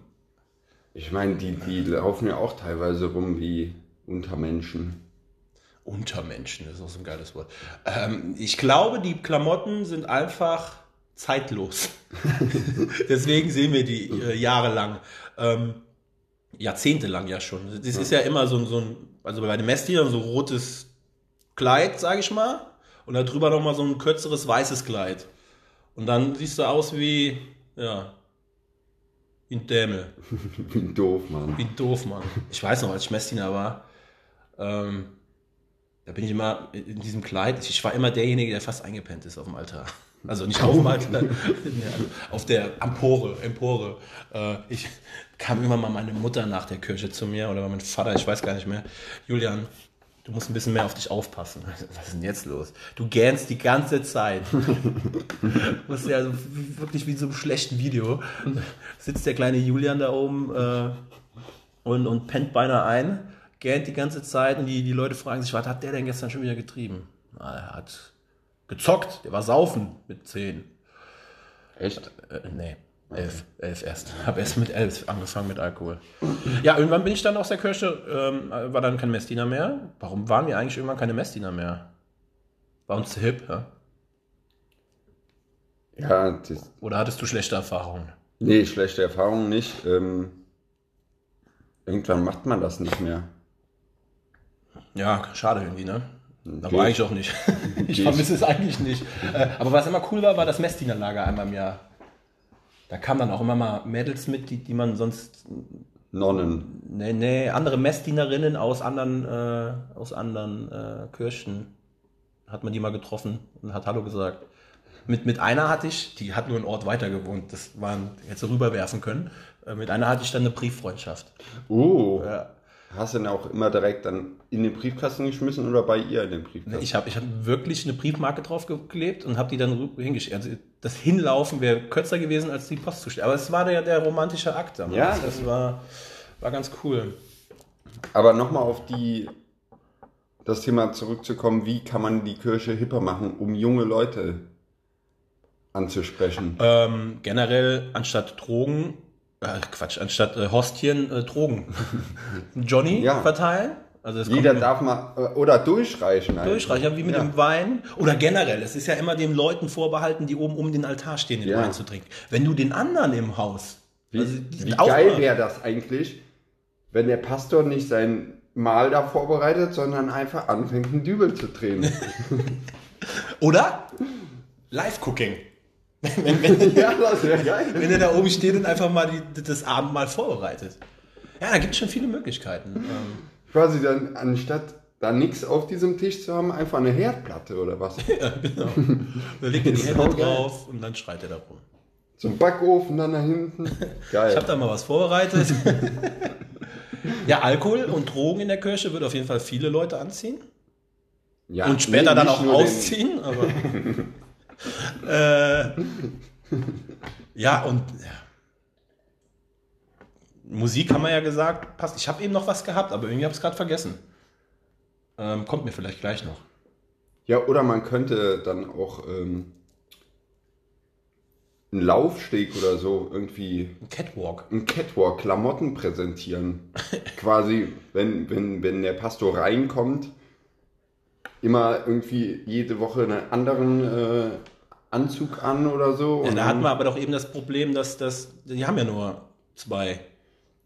Speaker 3: Ich meine, die, die laufen ja auch teilweise rum wie Untermenschen.
Speaker 2: Untermenschen, das ist auch so ein geiles Wort. Ähm, ich glaube, die Klamotten sind einfach zeitlos. Deswegen sehen wir die äh, jahrelang. Ähm, jahrzehntelang ja schon. Das ist ja immer so, ein- so ein, also bei den Messdienern so rotes Kleid, sage ich mal, und darüber nochmal so ein kürzeres weißes Kleid. Und dann siehst du aus wie, ja, wie ein Dämel.
Speaker 3: Wie doof, Mann.
Speaker 2: Wie doof, Mann. Ich weiß noch, als ich Messdiener war, ähm, da bin ich immer in diesem Kleid, ich war immer derjenige, der fast eingepennt ist auf dem Altar. Also nicht auf dem Altar, nee, also auf der Empore. Empore. Äh, ich kam immer mal meine Mutter nach der Kirche zu mir oder mein Vater, ich weiß gar nicht mehr. Julian, du musst ein bisschen mehr auf dich aufpassen. Was ist denn jetzt los? Du gähnst die ganze Zeit. Das ist ja so w- wirklich wie in so einem schlechten Video. Sitzt der kleine Julian da oben äh, und, und pennt beinahe ein, gähnt die ganze Zeit und die, die Leute fragen sich, was hat der denn gestern schon wieder getrieben? Na, er hat gezockt, der war saufen mit 10.
Speaker 3: Echt?
Speaker 2: Äh, nee, 11. 11 erst. Habe erst mit 11 angefangen mit Alkohol. Ja, irgendwann bin ich dann aus der Kirche, ähm, war dann kein Messdiener mehr. Warum waren wir eigentlich irgendwann keine Messdiener mehr? War uns zu hip, ja?
Speaker 3: Ja, das,
Speaker 2: Oder hattest du schlechte Erfahrungen?
Speaker 3: nee, schlechte Erfahrung nicht. Ähm, irgendwann macht man das nicht mehr.
Speaker 2: Ja, schade irgendwie, ne? Aber
Speaker 3: Geht.
Speaker 2: eigentlich auch nicht. Ich
Speaker 3: Geht.
Speaker 2: vermisse es eigentlich nicht. Äh, Aber was immer cool war, war das Messdienerlager einmal im Jahr. Da kamen dann auch immer mal Mädels mit, die, die man sonst.
Speaker 3: Nonnen.
Speaker 2: Nee, nee, andere Messdienerinnen aus anderen, äh, aus anderen äh, Kirchen. Hat man die mal getroffen und hat Hallo gesagt. Mit, mit einer hatte ich, die hat nur einen Ort weiter gewohnt, das waren, hätte sie rüberwerfen können. Äh, Mit einer hatte ich dann eine Brieffreundschaft.
Speaker 3: Oh.
Speaker 2: Ja.
Speaker 3: Hast du denn auch immer direkt dann in den Briefkasten geschmissen oder bei ihr in den
Speaker 2: Ne,
Speaker 3: Briefkasten?
Speaker 2: Ich habe ich hab wirklich eine Briefmarke draufgeklebt und habe die dann rü- hingeschickt. Also das Hinlaufen wäre kürzer gewesen als die Post zu stellen. Aber es war der, der romantische Akt damals.
Speaker 3: Ja,
Speaker 2: das, war, war ganz cool.
Speaker 3: Aber nochmal auf die, das Thema zurückzukommen, wie kann man die Kirche hipper machen, um junge Leute anzusprechen?
Speaker 2: Ähm, generell anstatt Drogen, äh, Quatsch, anstatt äh, Hostien, äh, Drogen. Johnny
Speaker 3: Ja.
Speaker 2: verteilen. Also das
Speaker 3: Jeder
Speaker 2: kommt-
Speaker 3: darf mal, äh, oder durchreichen. einfach.
Speaker 2: Durchreichen, wie mit
Speaker 3: ja.
Speaker 2: dem Wein oder generell. Es ist ja immer den Leuten vorbehalten, die oben um den Altar stehen, den
Speaker 3: Ja.
Speaker 2: Wein zu trinken. Wenn du den anderen im Haus,
Speaker 3: Wie,
Speaker 2: also die
Speaker 3: wie
Speaker 2: sind auch
Speaker 3: geil
Speaker 2: mal-
Speaker 3: wäre das eigentlich, wenn der Pastor nicht sein Mahl da vorbereitet, sondern einfach anfängt, einen Dübel zu drehen.
Speaker 2: Oder? Live-Cooking.
Speaker 3: ja, das wäre geil.
Speaker 2: Wenn er da oben steht und einfach mal die, das Abendmahl vorbereitet. Ja, da gibt es schon viele Möglichkeiten. Ähm,
Speaker 3: Quasi dann, anstatt da nichts auf diesem Tisch zu haben, einfach eine Herdplatte oder was.
Speaker 2: genau. Da legt er die
Speaker 3: Ist
Speaker 2: Hände
Speaker 3: saugeil.
Speaker 2: drauf und dann schreit er da rum.
Speaker 3: Zum Backofen dann da hinten. Geil.
Speaker 2: Ich habe da mal was vorbereitet. ja, Alkohol und Drogen in der Kirche wird auf jeden Fall viele Leute anziehen.
Speaker 3: Ja,
Speaker 2: und später
Speaker 3: Ah, nee,
Speaker 2: dann
Speaker 3: nicht
Speaker 2: auch
Speaker 3: nur den-
Speaker 2: ausziehen. Aber, äh, ja, und ja. Musik haben wir ja gesagt, passt. Ich habe eben noch was gehabt, aber irgendwie habe ich es gerade vergessen. Ähm, kommt mir vielleicht gleich noch.
Speaker 3: Ja, oder man könnte dann auch ähm, einen Laufsteg oder so irgendwie
Speaker 2: Ein Catwalk.
Speaker 3: einen Catwalk Klamotten präsentieren. Quasi, wenn, wenn, wenn der Pastor reinkommt, immer irgendwie jede Woche einen anderen äh, Anzug an oder so.
Speaker 2: Ja,
Speaker 3: und
Speaker 2: da hatten
Speaker 3: dann-
Speaker 2: wir aber doch eben das Problem, dass das. Die haben ja nur zwei.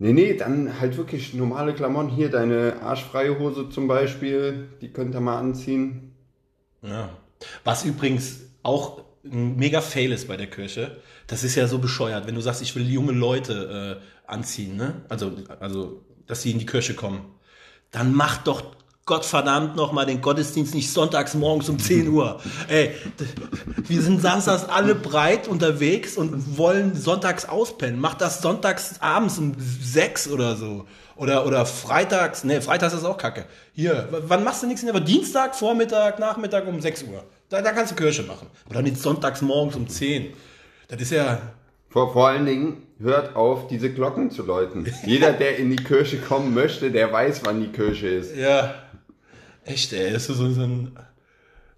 Speaker 3: Nee, nee, dann halt wirklich normale Klamotten. Hier deine arschfreie Hose zum Beispiel, die könnt ihr mal anziehen.
Speaker 2: Ja. Was übrigens auch ein mega Fail ist bei der Kirche. Das ist ja so bescheuert, wenn du sagst, ich will junge Leute äh, anziehen, ne? Also, also, dass sie in die Kirche kommen. Dann mach doch Gottverdammt nochmal den Gottesdienst nicht sonntags morgens um 10 Uhr. Ey, d- wir sind samstags alle breit unterwegs und wollen sonntags auspennen. Mach das sonntags abends um 6 oder so. Oder, oder freitags, nee, freitags ist auch kacke. Hier, w- wann machst du nichts in der Woche? Dienstag, Vormittag, Nachmittag um 6 Uhr. Da, da kannst du Kirche machen. Aber dann nicht sonntags morgens um 10. Das ist ja,
Speaker 3: Vor, vor allen Dingen, hört auf, diese Glocken zu läuten. Jeder, der in die Kirche kommen möchte, der weiß, wann die Kirche ist.
Speaker 2: Ja. Echt, ey. Das ist so, so ein.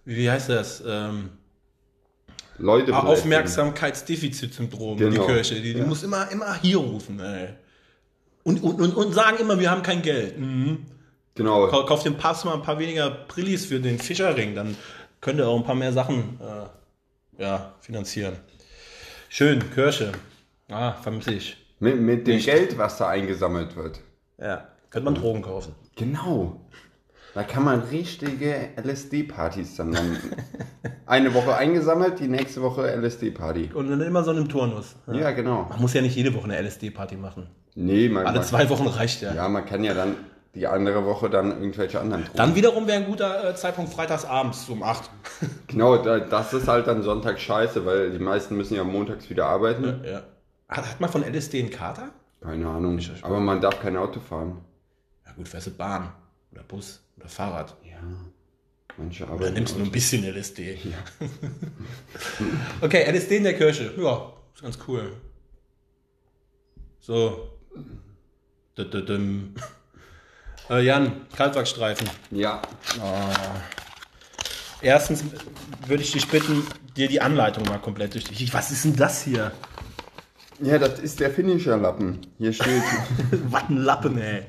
Speaker 2: Wie heißt das? Ähm,
Speaker 3: Leute
Speaker 2: Ah,
Speaker 3: bleiben.
Speaker 2: Aufmerksamkeitsdefizitsyndrom in die
Speaker 3: Genau.
Speaker 2: Kirche. Die, die muss immer, immer hier rufen, ey. Und, und, und, und sagen immer, wir haben kein Geld. Mhm.
Speaker 3: Genau.
Speaker 2: Kau- Kauft dem Papst mal ein paar weniger Brillis für den Fischerring, dann könnt ihr auch ein paar mehr Sachen äh, ja, finanzieren. Schön, Kirche. Ah, vermisse ich.
Speaker 3: Mit, mit dem
Speaker 2: Nicht.
Speaker 3: Geld, was da eingesammelt wird.
Speaker 2: Ja. Könnte man Drogen kaufen.
Speaker 3: Genau. Da kann man richtige LSD-Partys dann machen. Eine Woche eingesammelt, die nächste Woche LSD-Party.
Speaker 2: Und dann immer so einem Turnus. Ja.
Speaker 3: Ja, genau.
Speaker 2: Man muss ja nicht jede Woche eine LSD-Party machen.
Speaker 3: Nee, man,
Speaker 2: Alle
Speaker 3: man,
Speaker 2: zwei Wochen reicht ja.
Speaker 3: ja, man kann ja dann die andere Woche dann irgendwelche anderen Drogen.
Speaker 2: Dann wiederum wäre ein guter äh, Zeitpunkt freitags abends um 8.
Speaker 3: Genau, da- das ist halt dann Sonntag scheiße, weil die meisten müssen ja montags wieder arbeiten.
Speaker 2: Ja. Hat, hat man von LSD einen Kater?
Speaker 3: Keine Ahnung. Aber man darf kein Auto fahren.
Speaker 2: Ja gut, fährst du Bahn oder Bus oder Fahrrad.
Speaker 3: Ja. genau. Manche
Speaker 2: Oder nimmst du
Speaker 3: arbeiten.
Speaker 2: nur ein bisschen LSD. okay, LSD in der Kirche. Ja, ist ganz cool. So. Dü-dü-düm. Äh, Jan, Kaltwachsstreifen.
Speaker 3: Ja.
Speaker 2: Erstens würde ich dich bitten, dir die Anleitung mal komplett durch. Was ist denn das hier?
Speaker 3: Ja, das ist der Finisher-Lappen. Hier steht,
Speaker 2: Was ein Lappen, ey.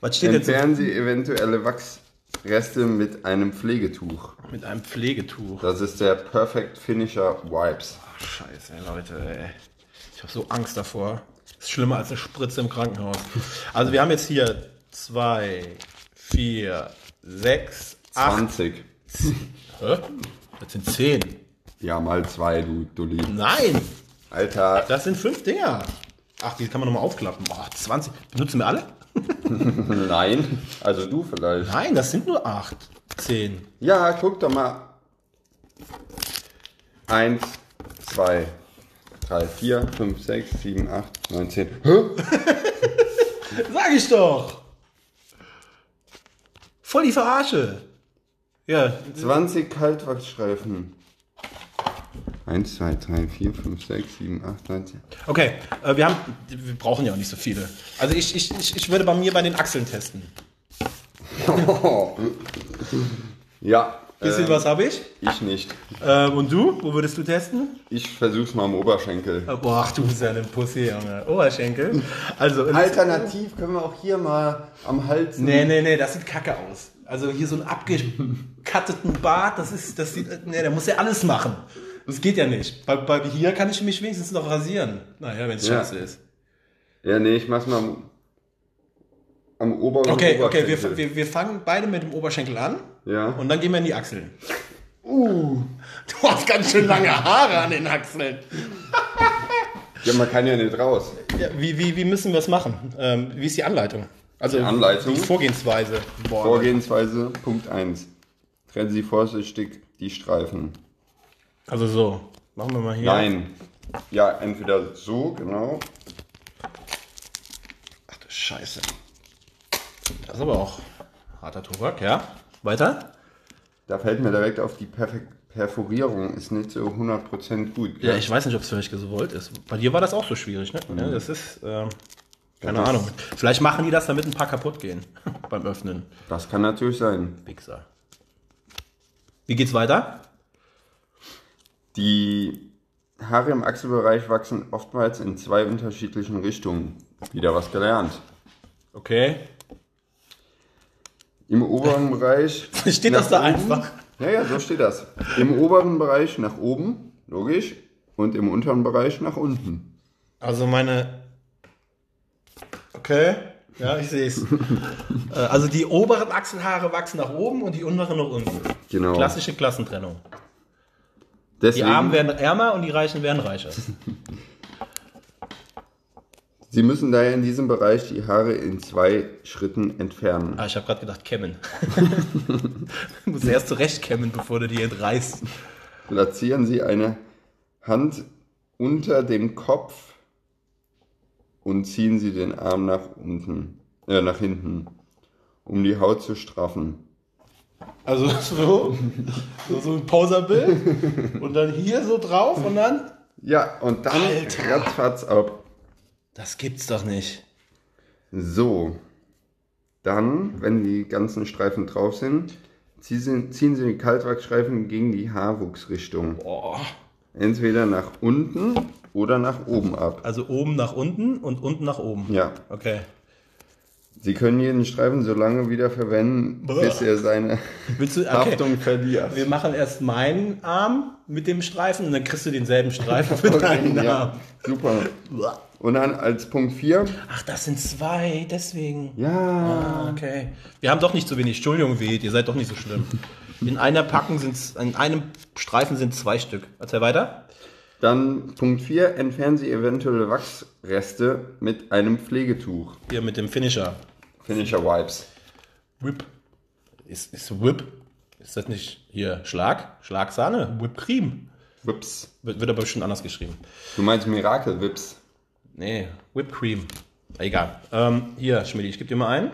Speaker 2: Was steht jetzt
Speaker 3: entfernen Sie eventuelle Wachsreste mit einem Pflegetuch.
Speaker 2: mit einem Pflegetuch?
Speaker 3: Das ist der Perfect Finisher Wipes.
Speaker 2: Scheiße, Leute, ey. Ich habe so Angst davor. Ist schlimmer als eine Spritze im Krankenhaus. Also wir haben jetzt hier zwei, vier, sechs, acht.
Speaker 3: 20.
Speaker 2: Hä? Das sind zehn.
Speaker 3: Ja, mal zwei, du Dulli.
Speaker 2: Nein,
Speaker 3: Alter,
Speaker 2: das sind fünf Dinger. Ach, die kann man nochmal aufklappen. Boah, 20. Benutzen wir alle?
Speaker 3: nein. Also du vielleicht.
Speaker 2: Nein, das sind nur acht. Zehn.
Speaker 3: Ja, guck doch mal. Eins, zwei, drei, vier, fünf, sechs, sieben, acht, neun, zehn. Hä?
Speaker 2: Sag ich doch. Voll die Verarsche. Ja,
Speaker 3: 20 Kaltwachsstreifen. Eins, zwei, drei, vier, fünf, sechs, sieben, acht, neun, zehn.
Speaker 2: Okay, äh, wir, haben, wir brauchen ja auch nicht so viele. Also ich, ich, ich, ich würde bei mir bei den Achseln testen.
Speaker 3: Ja,
Speaker 2: Bisschen
Speaker 3: ähm,
Speaker 2: was habe ich.
Speaker 3: ich nicht.
Speaker 2: Ähm, und du? Wo würdest du testen?
Speaker 3: Ich versuch's mal am Oberschenkel.
Speaker 2: Äh, Boah, ach, du bist ja eine Pussy, Junge. Oberschenkel. Also,
Speaker 3: Alternativ können wir auch hier mal am Hals.
Speaker 2: Nee, nee, nee, das sieht kacke aus. Also hier so ein abgekatteten Bart, das ist, das sieht, äh, nee, der muss ja alles machen. Das geht ja nicht. Bei, bei hier kann ich mich wenigstens noch rasieren. Naja, wenn es
Speaker 3: Ja.
Speaker 2: scheiße ist.
Speaker 3: Ja, nee, ich mach's mal am, am oberen
Speaker 2: Okay, okay, wir,
Speaker 3: Oberschenkel.
Speaker 2: wir, wir fangen beide mit dem Oberschenkel an.
Speaker 3: Ja.
Speaker 2: Und dann gehen wir in die Achseln. Uh. Du hast ganz schön lange Haare an den Achseln.
Speaker 3: Ja, man kann ja nicht raus.
Speaker 2: Ja, wie, wie, wie müssen wir es machen? Ähm, wie ist die Anleitung? Also
Speaker 3: Die Anleitung?
Speaker 2: Die Vorgehensweise. Boah,
Speaker 3: Vorgehensweise Punkt 1. Trennen Sie vorsichtig die Streifen.
Speaker 2: Also so. Machen wir mal hier.
Speaker 3: Nein. Ja, entweder so, genau.
Speaker 2: Ach du Scheiße. Das ist aber auch harter Tobak, ja. Weiter?
Speaker 3: Da fällt mir direkt auf, die Perfe- Perforierung ist nicht so 100% gut.
Speaker 2: Ja, ich weiß nicht, ob es vielleicht gewollt ist. Bei dir war das auch so schwierig, ne? Ja, das ist, ähm, keine
Speaker 3: Mhm. das-
Speaker 2: Ahnung. Vielleicht machen die das, damit ein paar kaputt gehen beim Öffnen.
Speaker 3: Das kann natürlich sein.
Speaker 2: Pixar. Wie geht's weiter?
Speaker 3: Die Haare im Achselbereich wachsen oftmals in zwei unterschiedlichen Richtungen. Wieder was gelernt.
Speaker 2: Okay.
Speaker 3: Im oberen Bereich.
Speaker 2: Steht
Speaker 3: nach
Speaker 2: das da
Speaker 3: oben-
Speaker 2: einfach?
Speaker 3: Ja, ja, so steht das. Im oberen Bereich nach oben, logisch, und im unteren Bereich nach unten.
Speaker 2: Also meine. Okay. Ja, ich sehe es. also die oberen Achselhaare wachsen nach oben und die unteren nach unten.
Speaker 3: Genau.
Speaker 2: Klassische Klassentrennung. Die
Speaker 3: Deswegen,
Speaker 2: Armen werden ärmer und die Reichen werden reicher.
Speaker 3: Sie müssen daher in diesem Bereich die Haare in zwei Schritten entfernen.
Speaker 2: Ah, ich habe gerade gedacht, kämmen. du musst erst zurecht kämmen, bevor du die entreißt.
Speaker 3: Platzieren Sie eine Hand unter dem Kopf und ziehen Sie den Arm nach unten, äh, nach hinten, um die Haut zu straffen.
Speaker 2: Also so, so, so ein Poserbild und dann hier so drauf und dann.
Speaker 3: Ja, und dann
Speaker 2: Alter.
Speaker 3: ratzfatz ab.
Speaker 2: Das gibt's doch nicht.
Speaker 3: So. Dann, wenn die ganzen Streifen drauf sind, ziehen Sie, ziehen Sie die Kaltwachsstreifen gegen die Haarwuchsrichtung.
Speaker 2: Boah.
Speaker 3: Entweder nach unten oder nach oben ab.
Speaker 2: Also oben nach unten und unten nach oben.
Speaker 3: Ja,
Speaker 2: Okay.
Speaker 3: Sie können jeden Streifen so lange wieder verwenden,
Speaker 2: Boah.
Speaker 3: bis er seine
Speaker 2: Willst du, okay.
Speaker 3: Haftung verliert.
Speaker 2: Wir machen erst meinen Arm mit dem Streifen und dann kriegst du denselben Streifen für deinen
Speaker 3: Ja,
Speaker 2: Arm.
Speaker 3: super. Und dann als Punkt 4.
Speaker 2: Ach, das sind zwei, deswegen.
Speaker 3: Ja.
Speaker 2: Ah, Okay. Wir haben doch nicht so wenig. Entschuldigung, weht, ihr seid doch nicht so schlimm. In einer Packung sind's, in einem Streifen sind zwei Stück. Erzähl weiter.
Speaker 3: Dann Punkt 4. Entfernen Sie eventuelle Wachsreste mit einem Pflegetuch.
Speaker 2: Hier mit dem Finisher.
Speaker 3: Finisher Wipes.
Speaker 2: Whip. Ist, ist Whip. Ist das nicht hier Schlag? Schlagsahne? Whip Cream.
Speaker 3: Whips.
Speaker 2: Wird, wird aber bestimmt anders geschrieben.
Speaker 3: Du meinst Miracle Whips.
Speaker 2: Nee, Whipped Cream. Egal. Ähm, hier, Schmidi, ich gebe dir mal einen.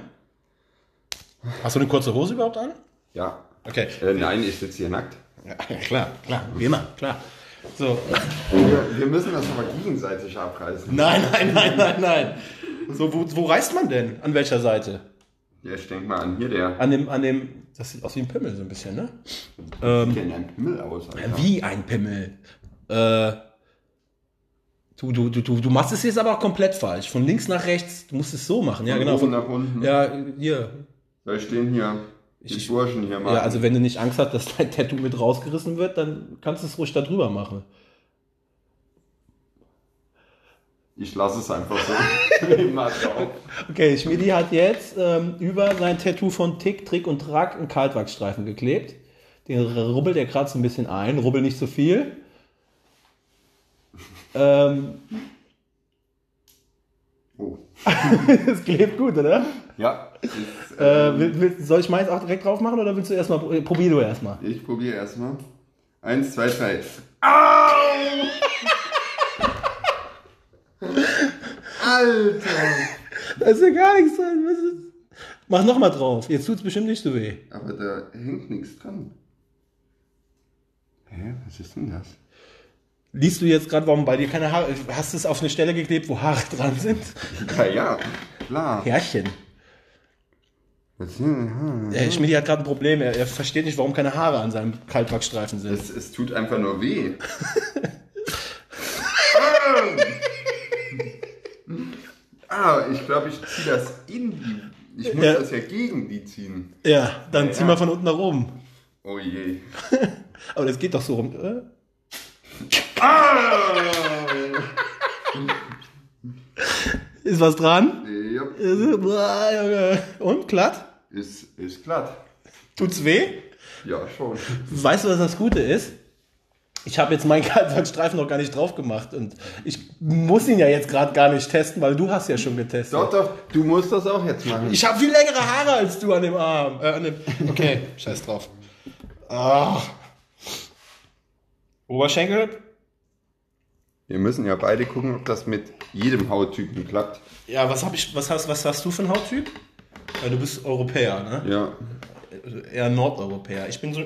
Speaker 2: Hast du eine kurze Hose überhaupt an?
Speaker 3: Ja.
Speaker 2: Okay.
Speaker 3: Äh, nein, ich sitze hier nackt.
Speaker 2: Ja, klar, klar, wie immer, klar. So.
Speaker 3: Wir, wir müssen das aber gegenseitig abreißen.
Speaker 2: Nein, nein, nein, nein, nein. So, wo, wo reißt man denn? An welcher Seite?
Speaker 3: Ja, ich denk mal an hier, der
Speaker 2: An dem, an dem. Das sieht aus wie ein Pimmel so ein bisschen, ne?
Speaker 3: sieht Ähm. ja in einem Himmel aus. Alter.
Speaker 2: Wie ein Pimmel. Äh. Du, du, du, du, du machst es jetzt aber komplett falsch. Von links nach rechts. Du musst es so machen, ja,
Speaker 3: Von
Speaker 2: genau.
Speaker 3: oben
Speaker 2: Von,
Speaker 3: nach unten.
Speaker 2: ja, hier,
Speaker 3: Da stehen hier die
Speaker 2: Ich-
Speaker 3: Burschen hier mal.
Speaker 2: Ja, also wenn du nicht Angst hast, dass dein Tattoo mit rausgerissen wird, dann kannst du es ruhig da drüber machen.
Speaker 3: ich lasse es einfach so. Immer drauf.
Speaker 2: Okay, Schmidi hat jetzt ähm, über sein Tattoo von Tick, Trick und Track einen Kaltwachsstreifen geklebt. Den rubbelt er gerade so ein bisschen ein, rubbelt nicht so viel. Ähm,
Speaker 3: Oh.
Speaker 2: es klebt gut, oder?
Speaker 3: Ja, ist,
Speaker 2: Äh, will, will, soll ich meins auch direkt drauf machen oder willst du erstmal, äh, probier du erstmal.
Speaker 3: Ich probiere erstmal. Eins, zwei, drei. Au! Alter!
Speaker 2: Da ist ja gar nichts dran. was ist- Mach nochmal drauf, jetzt tut's bestimmt nicht so weh.
Speaker 3: Aber da hängt nichts dran. Hä, was ist denn das?
Speaker 2: Liest du jetzt gerade, warum bei dir keine Haare. Hast du es auf eine Stelle geklebt, wo Haare dran sind?
Speaker 3: Ja, ja, klar.
Speaker 2: Härchen.
Speaker 3: Was ist denn? Hm.
Speaker 2: Äh, Schmidi hat gerade ein Problem. Er, er versteht nicht, warum keine Haare an seinem Kaltbackstreifen sind.
Speaker 3: Es, es tut einfach nur weh. ah, ich glaube, ich ziehe das in die. Ich muss
Speaker 2: Ja.
Speaker 3: das ja gegen die ziehen.
Speaker 2: Ja, dann
Speaker 3: Ja,
Speaker 2: zieh
Speaker 3: ja.
Speaker 2: mal von unten nach oben.
Speaker 3: Oh je.
Speaker 2: Aber das geht doch so rum. Äh?
Speaker 3: Ah!
Speaker 2: Ist was dran?
Speaker 3: Jupp.
Speaker 2: Äh, boah, Junge. Und glatt?
Speaker 3: Ist, ist glatt.
Speaker 2: Tut's weh?
Speaker 3: Ja, schon.
Speaker 2: Weißt du, was das Gute ist? Ich habe jetzt meinen Kaltwandstreifen noch gar nicht drauf gemacht und ich muss ihn ja jetzt gerade gar nicht testen, weil du hast ja schon getestet.
Speaker 3: Doch, doch, du musst das auch jetzt machen.
Speaker 2: Ich habe viel längere Haare als du an dem Arm. Äh, an dem okay, scheiß drauf. Ah. Oberschenkel?
Speaker 3: Wir müssen ja beide gucken, ob das mit jedem Hauttypen klappt.
Speaker 2: Ja, was, hab ich, was, hast, was hast du für einen Hauttyp? Ja, du bist Europäer, ne?
Speaker 3: Ja.
Speaker 2: Also Eher Nordeuropäer. Ich bin so.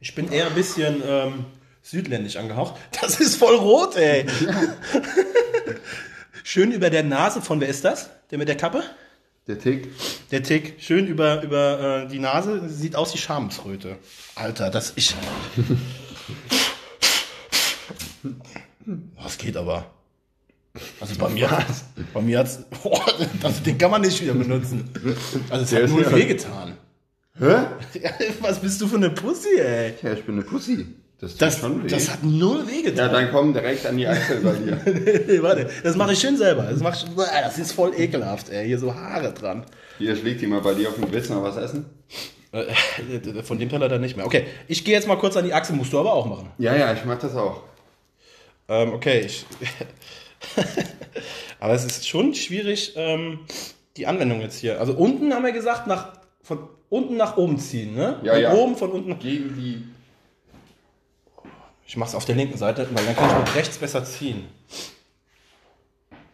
Speaker 2: Ich bin eher ein bisschen ähm, südländisch angehaucht. Das ist voll rot, ey. Schön über der Nase von, wer ist das? Der mit der Kappe?
Speaker 3: Der Tick.
Speaker 2: Der Tick. Schön über, über äh, die Nase. Sieht aus wie Schamensröte. Alter, das ich. Das geht aber. Also bei mir hat's, bei mir hat's, boah, also den kann man nicht wieder benutzen. Also es
Speaker 3: Der
Speaker 2: hat
Speaker 3: ist
Speaker 2: null
Speaker 3: ja-
Speaker 2: wehgetan.
Speaker 3: Hä?
Speaker 2: Was bist du für eine Pussy, ey?
Speaker 3: Ja, ich bin eine Pussy. Das tut
Speaker 2: Das,
Speaker 3: schon weh.
Speaker 2: das hat null
Speaker 3: ja,
Speaker 2: wehgetan.
Speaker 3: dann komm direkt an die Achsel bei dir.
Speaker 2: Nee, warte, das mache ich schön selber. Das, mach ich, Uah, das ist voll ekelhaft, ey. Hier so Haare dran.
Speaker 3: Hier, ich leg die mal bei dir auf den Willst du noch was essen?
Speaker 2: Äh, Von dem Teller dann nicht mehr. Okay, ich gehe jetzt mal kurz an die Achse, musst du aber auch machen.
Speaker 3: Ja, ja, ich mach das auch.
Speaker 2: Ähm, okay, ich. aber es ist schon schwierig, ähm, die Anwendung jetzt hier. Also unten haben wir gesagt, nach, von unten nach oben ziehen, ne?
Speaker 3: Ja,
Speaker 2: von
Speaker 3: ja.
Speaker 2: oben, von unten.
Speaker 3: Gegen die.
Speaker 2: Ich mach's auf der linken Seite, weil dann kann ich mit rechts besser ziehen.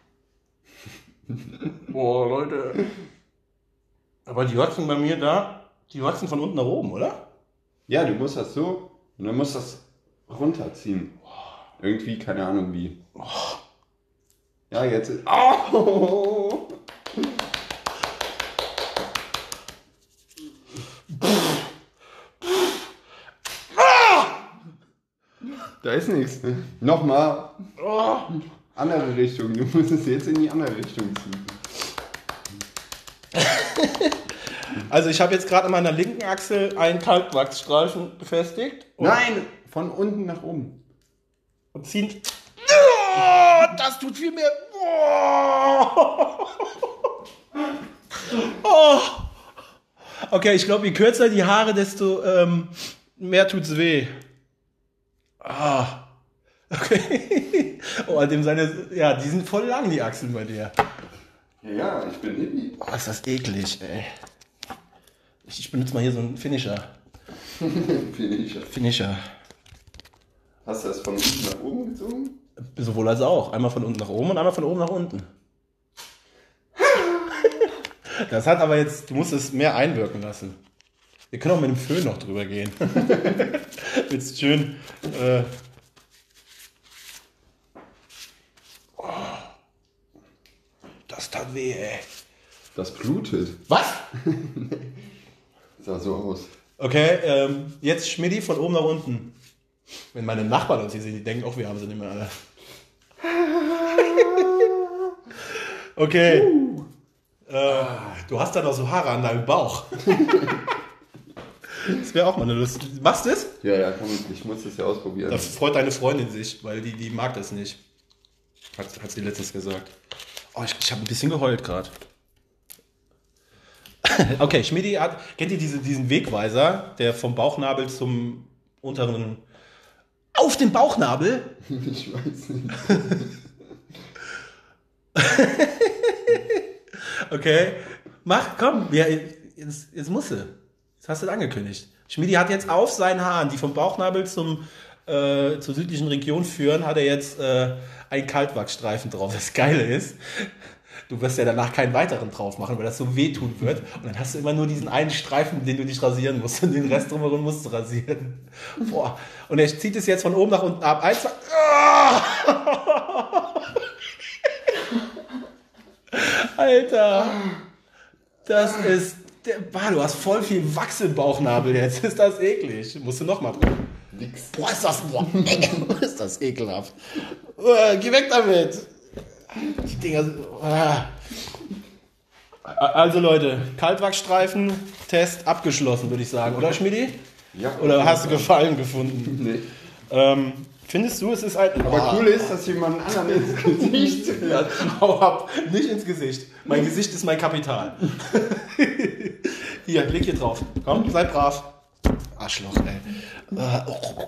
Speaker 2: Boah, Leute. Aber die Hotzen bei mir da, die Hotzen von unten nach oben, oder?
Speaker 3: Ja, du musst das so und dann musst du das runterziehen. Irgendwie, keine Ahnung wie. Ja, jetzt. Au! Da ist nichts. Nochmal,
Speaker 2: Oh,
Speaker 3: andere Richtung. Du musst es jetzt in die andere Richtung ziehen.
Speaker 2: Also ich habe jetzt gerade an meiner linken Achse einen Kalkwachsstreifen befestigt und,
Speaker 3: Nein! Von unten nach oben.
Speaker 2: und ziehen. Oh, das tut viel mehr. Oh. Oh. Okay, ich glaube, je kürzer die Haare, desto ähm, mehr tut's weh. Ah. Okay. Oh, dem seine. Ja, die sind voll lang, die Achseln bei dir.
Speaker 3: Ja, ich bin Hippie.
Speaker 2: Oh, ist das eklig, ey. Ich, ich benutze mal hier so einen Finisher. Finisher.
Speaker 3: Hast du das von unten nach oben gezogen?
Speaker 2: Sowohl als auch. Einmal von unten nach oben und einmal von oben nach unten. Das hat aber jetzt, du musst es mehr einwirken lassen. Wir können auch mit dem Föhn noch drüber gehen. jetzt schön. Äh, Oh. das tat weh, ey.
Speaker 3: Das blutet.
Speaker 2: Was?
Speaker 3: Sah so aus.
Speaker 2: Okay, ähm, jetzt Schmidti von oben nach unten. Wenn meine Nachbarn uns hier sehen, die denken auch, wir haben sie nicht mehr alle. okay. Äh, du hast da noch so Haare an deinem Bauch. das wäre auch mal eine Lust. Machst du es?
Speaker 3: Ja, ja, komm, ich muss das ja ausprobieren.
Speaker 2: Da freut deine Freundin sich, weil die, die mag das nicht. Hat, hat sie letztens gesagt. Oh, ich, ich habe ein bisschen geheult gerade. okay, Schmidi hat. Kennt ihr diese, diesen Wegweiser, der vom Bauchnabel zum unteren. Auf den Bauchnabel?
Speaker 3: ich weiß nicht.
Speaker 2: Okay. Mach, komm, ja, jetzt, jetzt musst du. Jetzt hast du es angekündigt. Schmidi hat jetzt auf seinen Haaren, die vom Bauchnabel zum, äh, zur südlichen Region führen, hat er jetzt äh, einen Kaltwachsstreifen drauf. Das Geile ist, du wirst ja danach keinen weiteren drauf machen, weil das so wehtun wird. Und dann hast du immer nur diesen einen Streifen, den du nicht rasieren musst und den Rest drumherum musst du rasieren. Boah. Und er zieht es jetzt von oben nach unten ab. Eins, zwei. Ah! Alter. Das ist. Der, bah, du hast voll viel Wachs im Bauchnabel jetzt. Ist das eklig. Musst du nochmal drücken.
Speaker 3: Nix.
Speaker 2: Boah, ist das, boah, ist das ekelhaft. Uah, geh weg damit. Die Dinger sind. ah. uah. Also Leute, Kaltwachsstreifen, Test abgeschlossen, würde ich sagen. Oder Schmidi?
Speaker 3: Ja.
Speaker 2: Oder hast du Gefallen gefunden?
Speaker 3: Nee.
Speaker 2: Ähm, findest du, es ist ein...
Speaker 3: Aber cool ist, dass jemand anderen ins Gesicht
Speaker 2: Ja, hau ab. Nicht ins Gesicht. Mein Gesicht ist mein Kapital. hier, leg hier drauf. Komm, sei brav. Arschloch, ey. Äh, oh,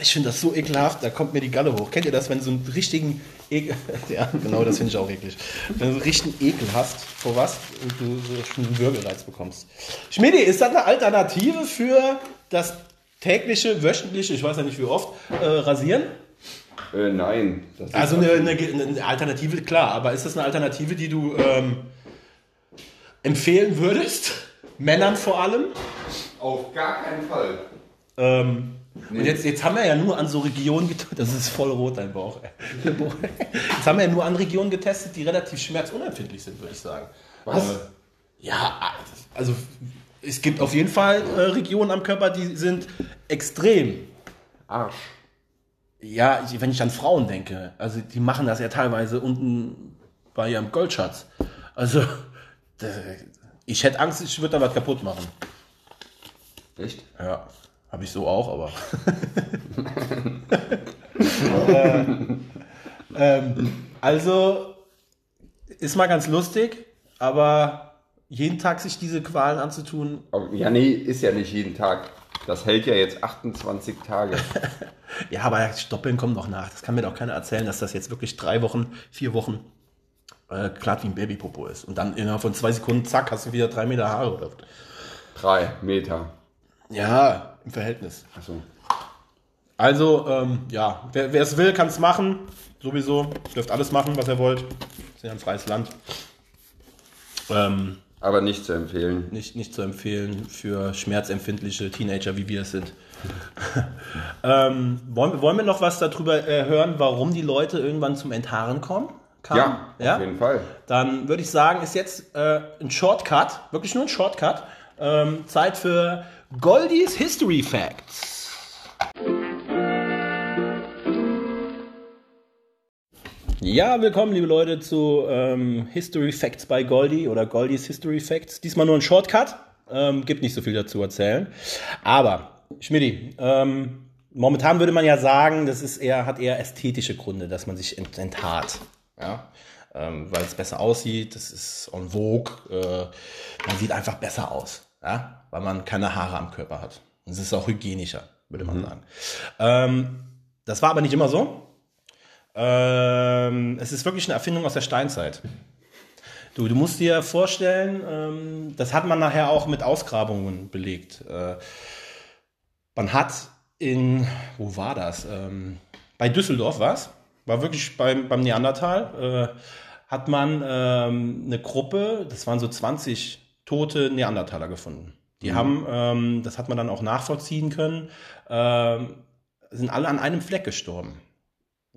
Speaker 2: Ich finde das so ekelhaft, da kommt mir die Galle hoch. Kennt ihr das, wenn so einen richtigen Ekel. Ja, genau, das finde ich auch eklig. Wenn du so einen richtigen Ekel hast vor was und du so einen Würgereiz bekommst. Schmidi, ist das eine Alternative für das tägliche, wöchentliche, ich weiß ja nicht wie oft, äh, Rasieren?
Speaker 3: Äh, nein. Das ist
Speaker 2: Also eine, eine, eine Alternative, klar, aber ist das eine Alternative, die du ähm, empfehlen würdest? Männern vor allem?
Speaker 3: auf gar keinen Fall.
Speaker 2: Ähm, Und jetzt, jetzt haben wir ja nur an so Regionen getestet, das ist voll rot dein Bauch. ey. Der Bauch. Jetzt haben wir ja nur an Regionen getestet, die relativ schmerzunempfindlich sind, würde ich sagen.
Speaker 3: Was?
Speaker 2: Äh, ja, also es gibt auf jeden Fall äh, Regionen am Körper, die sind extrem.
Speaker 3: Arsch.
Speaker 2: Ja, ich, wenn ich an Frauen denke, also die machen das ja teilweise unten bei ihrem Goldschatz. Also das, ich hätte Angst, ich würde da was kaputt machen.
Speaker 3: Echt?
Speaker 2: Ja, habe ich so auch, aber. äh, ähm, also ist mal ganz lustig, aber jeden Tag sich diese Qualen anzutun,
Speaker 3: Aber- Ja, nee, ist ja nicht jeden Tag. Das hält ja jetzt 28 Tage.
Speaker 2: ja, aber Stoppeln kommen doch nach. Das kann mir doch keiner erzählen, dass das jetzt wirklich drei Wochen, vier Wochen äh, glatt wie ein Babypopo ist. Und dann innerhalb von zwei Sekunden, zack, hast du wieder drei Meter Haare. Oder? was.
Speaker 3: Drei Meter.
Speaker 2: Ja, im Verhältnis.
Speaker 3: Achso.
Speaker 2: Also, ähm, ja, wer wer es will, kann es machen. Sowieso. Dürft alles machen, was ihr wollt. Ist ja ein freies Land. Ähm,
Speaker 3: Aber nicht zu empfehlen.
Speaker 2: nicht, nicht zu empfehlen für schmerzempfindliche Teenager, wie wir es sind. ähm, wollen, wir- wollen wir noch was darüber äh, hören, warum die Leute irgendwann zum Enthaaren kommen? Kamen?
Speaker 3: Ja,
Speaker 2: ja?
Speaker 3: auf jeden Fall.
Speaker 2: Dann würde ich sagen, ist jetzt äh, ein Shortcut, wirklich nur ein Shortcut. Ähm, Zeit für Goldies History Facts. Ja, willkommen, liebe Leute, zu ähm, History Facts bei Goldie oder Goldies History Facts. Diesmal nur ein Shortcut. Ähm, gibt nicht so viel dazu erzählen. Aber, Schmidti, ähm, momentan würde man ja sagen, das ist eher, hat eher ästhetische Gründe, dass man sich ent enthaart. Ja? Ähm, Weil es besser aussieht, das ist en vogue. Äh, man sieht einfach besser aus, ja? weil man keine Haare am Körper hat. Und Es ist auch hygienischer, würde man sagen. Ähm, das war aber nicht immer so. Ähm, es ist wirklich eine Erfindung aus der Steinzeit. Du, du musst dir vorstellen, ähm, das hat man nachher auch mit Ausgrabungen belegt. Äh, man hat in, wo war das? Ähm, bei Düsseldorf war es, war wirklich beim, beim Neandertal, äh, hat man ähm, eine Gruppe, das waren so 20 tote Neandertaler gefunden. Die haben, ähm, das hat man dann auch nachvollziehen können, ähm, sind alle an einem Fleck gestorben.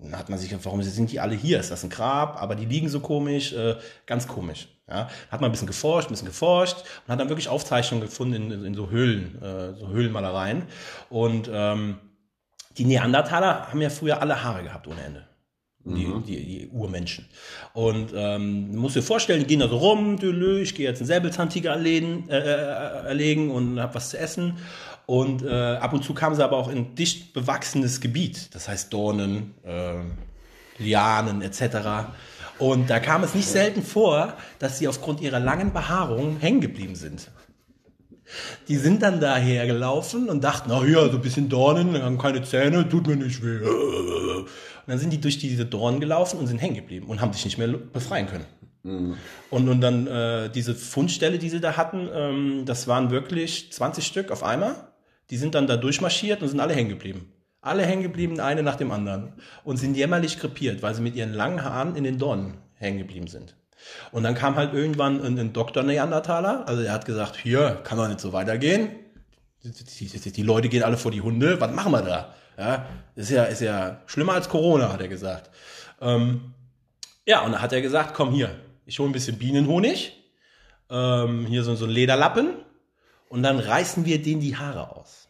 Speaker 2: Dann hat man sich gefragt, warum sind die alle hier? Ist das ein Grab? Aber die liegen so komisch, äh, ganz komisch. Ja? Hat man ein bisschen geforscht, ein bisschen geforscht und hat dann wirklich Aufzeichnungen gefunden in, in so Höhlen, äh, so Höhlenmalereien. Und ähm, die Neandertaler haben ja früher alle Haare gehabt ohne Ende. Die, die, die Urmenschen. Und ähm, musst dir vorstellen, die gehen da so rum, dülü, ich gehe jetzt einen Säbelzahntiger erlegen, äh, äh, erlegen und hab was zu essen. Und äh, ab und zu kamen sie aber auch in dicht bewachsenes Gebiet, das heißt Dornen, äh, Lianen etc. Und da kam es nicht selten vor, dass sie aufgrund ihrer langen Behaarung hängen geblieben sind. Die sind dann daher gelaufen und dachten, na ja, so ein bisschen Dornen, haben keine Zähne, tut mir nicht weh. Und dann sind die durch diese Dornen gelaufen und sind hängen geblieben und haben sich nicht mehr befreien können. Und, und dann äh, diese Fundstelle, die sie da hatten, ähm, das waren wirklich 20 Stück auf einmal. Die sind dann da durchmarschiert und sind alle hängen geblieben. Alle hängen geblieben, eine nach dem anderen. Und sind jämmerlich krepiert, weil sie mit ihren langen Haaren in den Dornen hängen geblieben sind. Und dann kam halt irgendwann ein, ein Doktor Neandertaler. Also er hat gesagt, hier, kann doch nicht so weitergehen. Die, die, die, die Leute gehen alle vor die Hunde. Was machen wir da? Ja, ist ja, ist ja schlimmer als Corona, hat er gesagt. Ähm, ja, und dann hat er gesagt, komm hier, ich hole ein bisschen Bienenhonig. Ähm, hier so, so ein Lederlappen. Und dann reißen wir denen die Haare aus.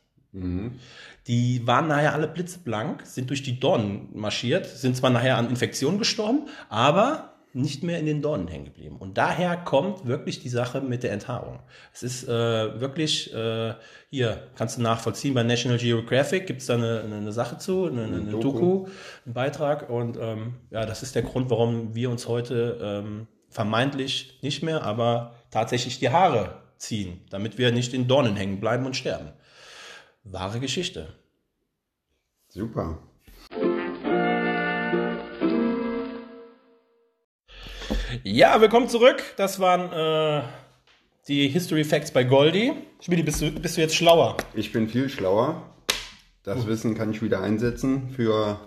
Speaker 2: Die waren nachher alle blitzblank, sind durch die Dornen marschiert, sind zwar nachher an Infektionen gestorben, aber nicht mehr in den Dornen hängen geblieben. Und daher kommt wirklich die Sache mit der Enthaarung. Es ist äh, wirklich, äh, hier, kannst du nachvollziehen, bei National Geographic gibt's da eine, eine, eine Sache zu, eine, eine, eine
Speaker 3: Doku.
Speaker 2: Doku. einen Beitrag. Und ähm, ja, das ist der Grund, warum wir uns heute ähm, vermeintlich nicht mehr, aber tatsächlich die Haare ziehen, damit wir nicht in Dornen hängen bleiben und sterben. Wahre Geschichte.
Speaker 3: Super.
Speaker 2: Ja, willkommen zurück. Das waren äh, die History Facts bei Goldie. Schmidi, bist du, bist du jetzt schlauer?
Speaker 3: Ich bin viel schlauer.
Speaker 2: Oh.
Speaker 3: Das Wissen kann ich wieder einsetzen für,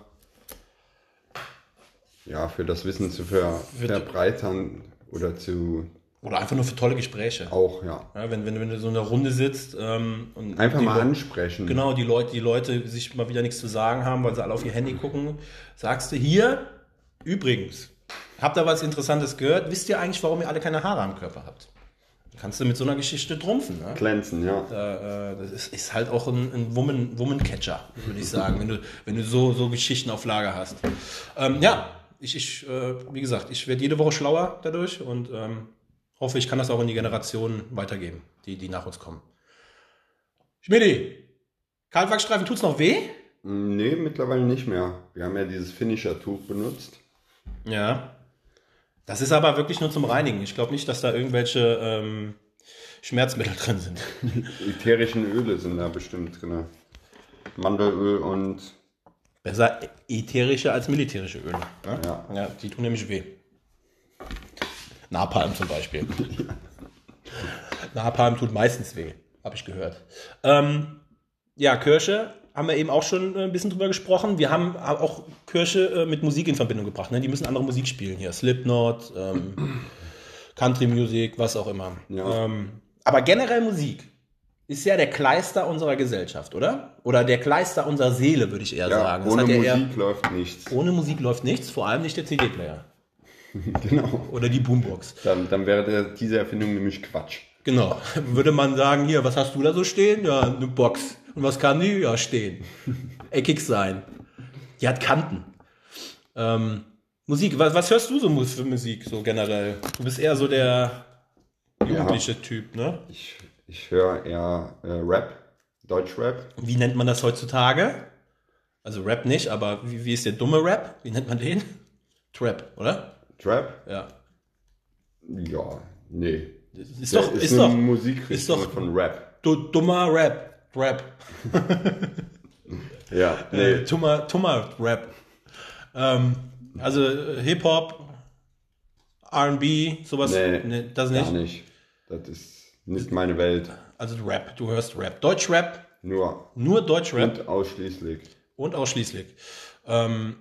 Speaker 3: ja, für das Wissen zu ver
Speaker 2: Für-
Speaker 3: verbreitern oder zu
Speaker 2: Oder einfach nur für tolle Gespräche.
Speaker 3: auch, ja.
Speaker 2: Ja, wenn, wenn, wenn du so in der Runde sitzt ähm, und
Speaker 3: Einfach
Speaker 2: die
Speaker 3: mal
Speaker 2: Leu-
Speaker 3: ansprechen.
Speaker 2: Genau, die Leute, die Leute sich mal wieder nichts zu sagen haben, weil sie alle auf ihr Handy gucken, sagst du hier, übrigens, habt ihr was Interessantes gehört? Wisst ihr eigentlich, warum ihr alle keine Haare am Körper habt? Kannst du mit so einer Geschichte trumpfen, ne?
Speaker 3: Glänzen, ja.
Speaker 2: Äh, äh, das ist, ist halt auch ein, ein Woman, Woman Catcher, würde ich sagen, wenn du, wenn du so, so Geschichten auf Lager hast. Ähm, ja, ich, ich äh, wie gesagt, ich werde jede Woche schlauer dadurch und ähm, hoffe, ich kann das auch in die Generationen weitergeben, die, die nach uns kommen. Schmidi, Kaltwachsstreifen tut's noch weh?
Speaker 3: Mm, Nee, mittlerweile nicht mehr. Wir haben ja dieses Finisher-Tuch benutzt.
Speaker 2: Ja. Das ist aber wirklich nur zum Reinigen. Ich glaube nicht, dass da irgendwelche ähm, Schmerzmittel drin sind.
Speaker 3: Ätherischen Öle sind da bestimmt drin. Mandelöl und
Speaker 2: Besser ätherische als militärische Öle. Ne?
Speaker 3: Ja.
Speaker 2: ja, die tun nämlich weh. Napalm zum Beispiel. Napalm tut meistens weh, habe ich gehört. Ähm, ja, Kirsche haben wir eben auch schon äh, ein bisschen drüber gesprochen. Wir haben a- auch Kirsche äh, mit Musik in Verbindung gebracht. Ne? Die müssen andere Musik spielen hier. Slipknot, ähm, Country Music, was auch immer.
Speaker 3: Ja.
Speaker 2: Ähm, aber generell Musik ist ja der Kleister unserer Gesellschaft, oder? Oder der Kleister unserer Seele, würde ich eher
Speaker 3: ja,
Speaker 2: sagen. Das
Speaker 3: ohne
Speaker 2: hat ja
Speaker 3: Musik
Speaker 2: eher- Oh.
Speaker 3: läuft nichts.
Speaker 2: ohne Musik läuft nichts, vor allem nicht der CD-Player
Speaker 3: Genau.
Speaker 2: oder die Boombox.
Speaker 3: Dann, dann wäre der, diese Erfindung nämlich Quatsch.
Speaker 2: Genau. Würde man sagen, hier, was hast du da so stehen? Ja, eine Box. Und was kann die? Ja, stehen. Eckig sein. Die hat Kanten. Ähm, Musik, was, was hörst du so mu- für Musik so generell? Du bist eher so der jugendliche Typ, ne?
Speaker 3: Ich, ich höre eher äh, Rap, Deutschrap.
Speaker 2: Wie nennt man das heutzutage? Also Rap nicht, aber wie, wie ist der dumme Rap? Wie nennt man den? Trap, oder?
Speaker 3: Trap?
Speaker 2: Ja.
Speaker 3: Ja, nee.
Speaker 2: Ist
Speaker 3: Der
Speaker 2: doch, ist,
Speaker 3: eine
Speaker 2: doch.
Speaker 3: Musikrichtung
Speaker 2: ist doch-
Speaker 3: von Rap.
Speaker 2: Du, dummer Rap. Rap.
Speaker 3: Ja,
Speaker 2: Äh,
Speaker 3: nee.
Speaker 2: Tummer, Tummer Rap. Ähm, also äh, Hip-Hop, RB, sowas.
Speaker 3: Nee,
Speaker 2: nee, das
Speaker 3: Gar
Speaker 2: nicht.
Speaker 3: nicht. Das ist nicht meine Welt.
Speaker 2: Also Rap, du hörst Rap. Deutschrap,
Speaker 3: Nur
Speaker 2: nur Deutschrap
Speaker 3: und ausschließlich.
Speaker 2: und ausschließlich. Ähm,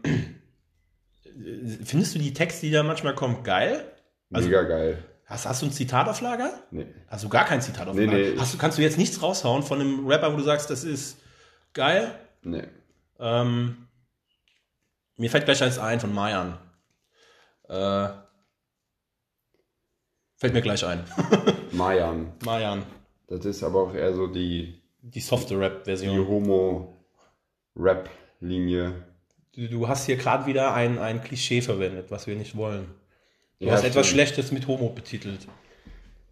Speaker 2: findest du die Texte, die da manchmal kommen, geil? Also-
Speaker 3: Mega geil.
Speaker 2: Hast, hast du ein Zitat auf Lager?
Speaker 3: Nee.
Speaker 2: Hast du gar kein Zitat auf
Speaker 3: Nee,
Speaker 2: Lager?
Speaker 3: nee.
Speaker 2: Hast du, kannst du jetzt nichts raushauen von einem Rapper, wo du sagst, das ist geil?
Speaker 3: Nee.
Speaker 2: Ähm, mir fällt gleich eins ein von Mayan. Äh, fällt mir gleich ein.
Speaker 3: Mayan.
Speaker 2: Mayan.
Speaker 3: Das ist aber auch eher so die,
Speaker 2: Die softe
Speaker 3: die
Speaker 2: Rap-Version.
Speaker 3: Homo-Rap-Linie.
Speaker 2: Du, du hast hier gerade wieder ein, ein Klischee verwendet, was wir nicht wollen. Du
Speaker 3: Ja,
Speaker 2: hast etwas
Speaker 3: stimmt.
Speaker 2: Schlechtes mit Homo betitelt.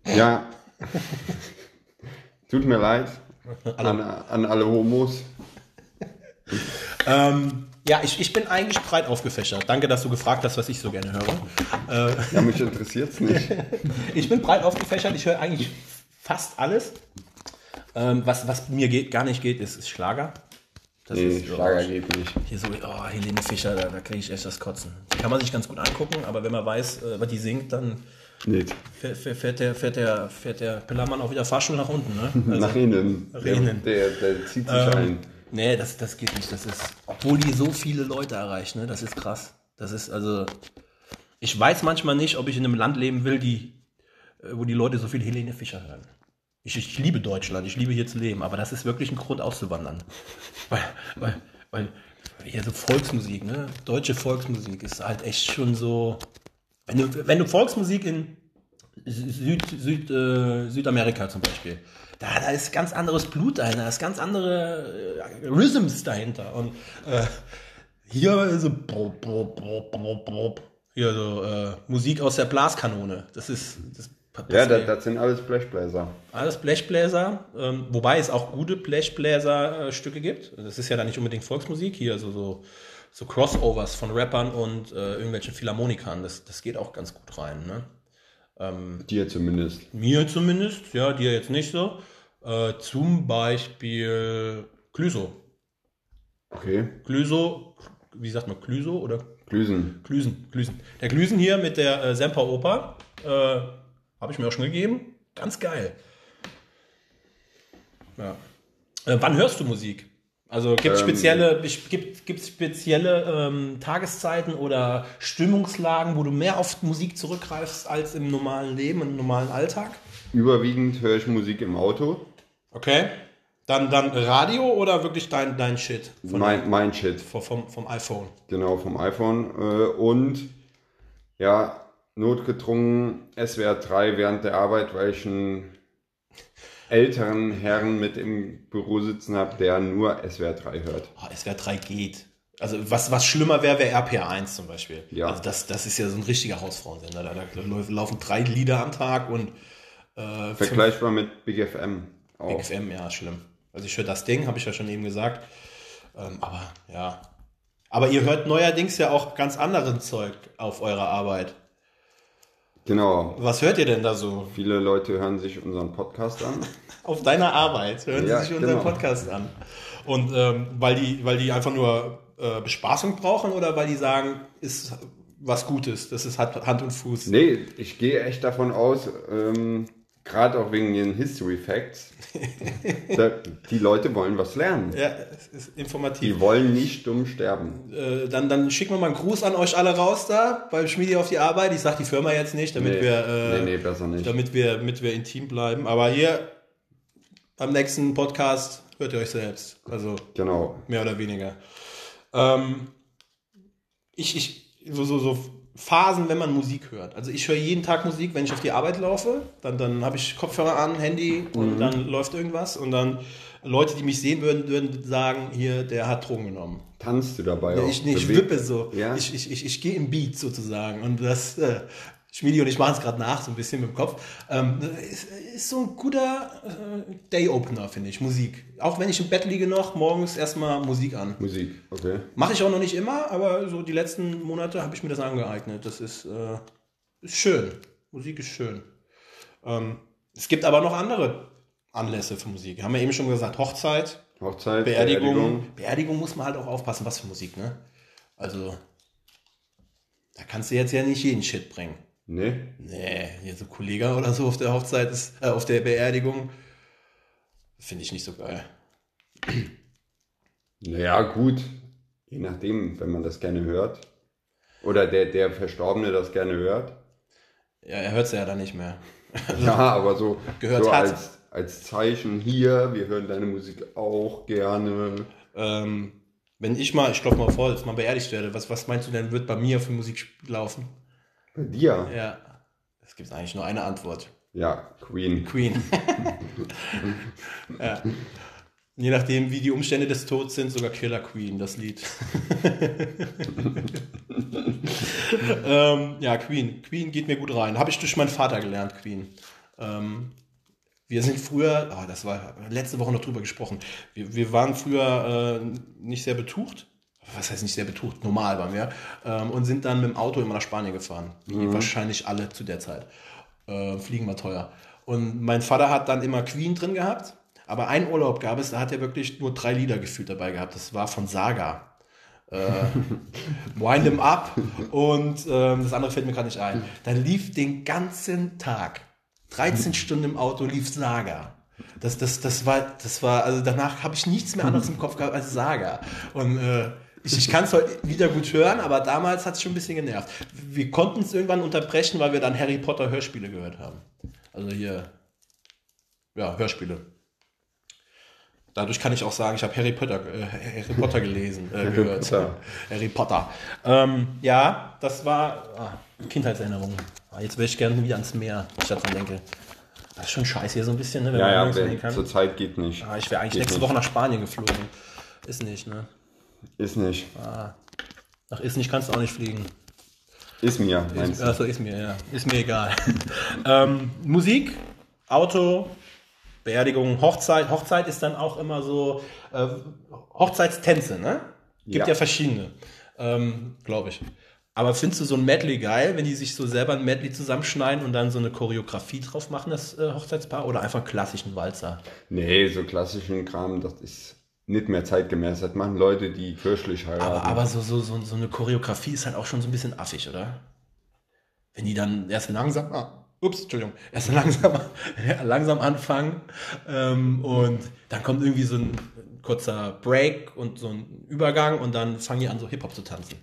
Speaker 3: Ja. Tut mir leid an, an alle Homos.
Speaker 2: Ähm, ja, ich, ich bin eigentlich breit aufgefächert. Danke, dass du gefragt hast, was ich so gerne höre. Äh,
Speaker 3: Ja, mich interessiert's nicht.
Speaker 2: Ich bin breit aufgefächert, ich höre eigentlich fast alles. Ähm, was, was mir geht, gar nicht geht, ist, ist Schlager. Das
Speaker 3: Nee,
Speaker 2: ist-
Speaker 3: Schlager geht nicht.
Speaker 2: Hier so, oh, Helene Fischer, da, da kriege ich echt das Kotzen. Die kann man sich ganz gut angucken, aber wenn man weiß, äh, was die singt, dann
Speaker 3: Nicht.
Speaker 2: fährt, fährt, der, fährt, der, fährt der Pillermann auch wieder Fahrstuhl nach unten. Ne?
Speaker 3: Nach innen. Der-
Speaker 2: innen.
Speaker 3: Der, der zieht sich
Speaker 2: Ähm,
Speaker 3: ein.
Speaker 2: Nee, das, das geht nicht. Das ist, obwohl die so viele Leute erreicht, ne? das ist krass. Das ist also, ich weiß manchmal nicht, ob ich in einem Land leben will, die, äh, wo die Leute so viel Helene Fischer hören. Ich, ich liebe Deutschland, ich liebe hier zu leben, aber das ist wirklich ein Grund auszuwandern. Weil, weil, weil hier so Volksmusik, ne? deutsche Volksmusik ist halt echt schon so. Wenn du, wenn du Volksmusik in Süd, Süd, äh, Südamerika zum Beispiel. Da, da ist ganz anderes Blut dahinter, da ist ganz andere äh, Rhythms dahinter. Und äh, hier so, brop, brop, brop, brop, brop. Hier so äh, Musik aus der Blaskanone. Das ist das,
Speaker 3: Ja,
Speaker 2: das-
Speaker 3: das, das sind alles Blechbläser.
Speaker 2: alles Blechbläser, ähm, wobei es auch gute Blechbläser-Stücke gibt. Das ist ja dann nicht unbedingt Volksmusik, hier so, so, so Crossovers von Rappern und äh, irgendwelchen Philharmonikern. Das, das geht auch ganz gut rein. Ne?
Speaker 3: Dir zumindest.
Speaker 2: Mir zumindest, ja, dir jetzt nicht so. Äh, zum Beispiel Clüso.
Speaker 3: Okay.
Speaker 2: Klüso, wie sagt man, Klüso oder
Speaker 3: Glüsen.
Speaker 2: Klüsen, Klüsen. Der Klüsen hier mit der äh, Semperoper äh, habe ich mir auch schon gegeben. Ganz geil. Ja. Äh, wann hörst du Musik? Also gibt es
Speaker 3: Ähm.
Speaker 2: spezielle, bes- gibt, gibt's spezielle ähm, Tageszeiten oder Stimmungslagen, wo du mehr auf Musik zurückgreifst als im normalen Leben, im normalen Alltag?
Speaker 3: Überwiegend höre ich Musik im Auto.
Speaker 2: Okay. Dann, dann Radio oder wirklich dein, dein Shit von,
Speaker 3: Mein, mein Shit.
Speaker 2: vom- vom, vom iPhone?
Speaker 3: Genau, vom iPhone. Äh, und ja, notgedrungen SWR 3 während der Arbeit, weil ich einen älteren Herrn mit im Büro sitzen habe, der nur SWR 3 hört.
Speaker 2: Oh, SWR 3 geht. Also was, was schlimmer wäre, wäre RPR 1 zum Beispiel.
Speaker 3: Ja.
Speaker 2: Also das, das ist ja so ein richtiger Hausfrauensender. Da, da lau- laufen drei Lieder am Tag und äh,
Speaker 3: Vergleichbar mit Big FM. Auch.
Speaker 2: fünf FM, ja, schlimm. Also ich höre das Ding, habe ich ja schon eben gesagt. Ähm, aber ja. Aber ihr hört neuerdings ja auch ganz anderen Zeug auf eurer Arbeit.
Speaker 3: Genau.
Speaker 2: Was hört ihr denn da so?
Speaker 3: Viele Leute hören sich unseren Podcast an.
Speaker 2: Auf deiner Arbeit hören
Speaker 3: Ja,
Speaker 2: sie sich unseren
Speaker 3: genau.
Speaker 2: Podcast an. Und ähm, weil, die, weil die einfach nur äh, Bespaßung brauchen oder weil die sagen, ist was Gutes, das ist hat Hand und Fuß.
Speaker 3: Nee, ich gehe echt davon aus, ähm, gerade auch wegen den History Facts, da, die Leute wollen was lernen.
Speaker 2: Ja, es ist informativ.
Speaker 3: Die wollen nicht dumm sterben.
Speaker 2: Äh, dann, dann schicken wir mal einen Gruß an euch alle raus da beim Schmiedi auf die Arbeit. Ich sag die Firma jetzt nicht, damit
Speaker 3: nee,
Speaker 2: wir äh,
Speaker 3: nee, nee, besser nicht.
Speaker 2: damit wir damit wir intim bleiben. Aber hier am nächsten Podcast hört ihr euch selbst. Also
Speaker 3: Genau.
Speaker 2: mehr oder weniger. Ähm, ich, ich, so, so, so Phasen, wenn man Musik hört. Also ich höre jeden Tag Musik, wenn ich auf die Arbeit laufe, dann, dann habe ich Kopfhörer an, Handy
Speaker 3: Mhm.
Speaker 2: und dann läuft irgendwas und dann Leute, die mich sehen würden, würden sagen, hier, der hat Drogen genommen.
Speaker 3: Tanzt du dabei
Speaker 2: Ja,
Speaker 3: auch?
Speaker 2: ich, nee, ich
Speaker 3: Bewegt-
Speaker 2: wippe so.
Speaker 3: Ja.
Speaker 2: Ich, ich, ich, ich gehe im Beat sozusagen. Und das, äh, Schmiedi und ich machen es gerade nach, so ein bisschen mit dem Kopf. Ähm, ist, ist so ein guter äh, Day-Opener, finde ich, Musik. Auch wenn ich im Bett liege noch, morgens erstmal Musik an.
Speaker 3: Musik, okay.
Speaker 2: Mache ich auch noch nicht immer, aber so die letzten Monate habe ich mir das angeeignet. Das ist, äh, ist schön. Musik ist schön. Ähm, es gibt aber noch andere Anlässe für Musik. Haben wir eben schon gesagt, Hochzeit,
Speaker 3: Hochzeit,
Speaker 2: Beerdigung. Beerdigung. muss man halt auch aufpassen, was für Musik, ne? Also, da kannst du jetzt ja nicht jeden Shit bringen.
Speaker 3: Nee,
Speaker 2: Nee, hier so Kollege oder so auf der Hochzeit ist, äh, auf der Beerdigung. Finde ich nicht so geil.
Speaker 3: naja, gut. Je nachdem, wenn man das gerne hört. Oder der, der Verstorbene das gerne hört.
Speaker 2: Ja, er hört es ja dann nicht mehr.
Speaker 3: Ja, aber so,
Speaker 2: Gehört
Speaker 3: so
Speaker 2: hat.
Speaker 3: als, als Zeichen hier, wir hören deine Musik auch gerne.
Speaker 2: Ähm, wenn ich mal, ich klopfe mal vor, dass mal beerdigt werde, was, was meinst du denn, wird bei mir für Musik laufen?
Speaker 3: Bei dir?
Speaker 2: Ja. Es gibt eigentlich nur eine Antwort.
Speaker 3: Ja, Queen.
Speaker 2: Queen. ja. Je nachdem, wie die Umstände des Todes sind, sogar Killer Queen, das Lied. ähm, ja, Queen. Queen geht mir gut rein. Habe ich durch meinen Vater gelernt, Queen. Ähm, wir sind früher, ah, das war letzte Woche noch drüber gesprochen, wir, wir waren früher äh, nicht sehr betucht. Was heißt nicht sehr betucht? Normal waren wir. Ähm, und sind dann mit dem Auto immer nach Spanien gefahren. Wie wahrscheinlich alle zu der Zeit. Äh, Fliegen war teuer. Und mein Vater hat dann immer Queen drin gehabt. Aber einen Urlaub gab es, da hat er wirklich nur drei Lieder gefühlt dabei gehabt. Das war von Saga. Wind 'em Up und ähm, das andere fällt mir gerade nicht ein. Da lief den ganzen Tag, 13 Stunden im Auto lief Saga. Das, das, das war, das war, also danach habe ich nichts mehr anderes im Kopf gehabt als Saga. Und äh, ich, ich kann es heute wieder gut hören, aber damals hat es schon ein bisschen genervt. Wir konnten es irgendwann unterbrechen, weil wir dann Harry Potter Hörspiele gehört haben. Also hier, ja, Hörspiele. Dadurch kann ich auch sagen, ich habe Harry Potter, äh, Harry Potter gelesen, äh, gehört.
Speaker 3: Potter.
Speaker 2: Harry Potter. Ähm, ja, das war ah, Kindheitserinnerung. Ah, jetzt will ich gerne wieder ans Meer, wenn ich daran denke. Das ist schon scheiße hier so ein bisschen, ne, wenn
Speaker 3: Ja, ja,
Speaker 2: nirgends
Speaker 3: wenn,
Speaker 2: hin kann.
Speaker 3: zurzeit geht nicht.
Speaker 2: Ah, ich wäre eigentlich
Speaker 3: Geht
Speaker 2: nächste
Speaker 3: nicht.
Speaker 2: Woche nach Spanien geflogen. Ist nicht, ne?
Speaker 3: Ist nicht.
Speaker 2: Nach Ist nicht kannst du auch nicht fliegen.
Speaker 3: Ist mir, meinst du?
Speaker 2: Achso, ist mir, ja. Ist mir egal. ähm, Musik, Auto, Beerdigung, Hochzeit. Hochzeit ist dann auch immer so äh, Hochzeitstänze, ne? Gibt ja,
Speaker 3: Ja.
Speaker 2: verschiedene, ähm, glaube ich. Aber findest du so ein Medley geil, wenn die sich so selber ein Medley zusammenschneiden und dann so eine Choreografie drauf machen, das äh, Hochzeitspaar? Oder einfach einen klassischen Walzer?
Speaker 3: Nee, so klassischen Kram, das ist nicht mehr zeitgemäß. Das machen Leute, die kirchlich heiraten.
Speaker 2: Aber, aber so, so, so, so eine Choreografie ist halt auch schon so ein bisschen affig, oder? Wenn die dann erst langsam, ah, ups, Entschuldigung, erst langsam, langsam anfangen ähm, und dann kommt irgendwie so ein kurzer Break und so ein Übergang und dann fangen die an, so Hip-Hop zu tanzen.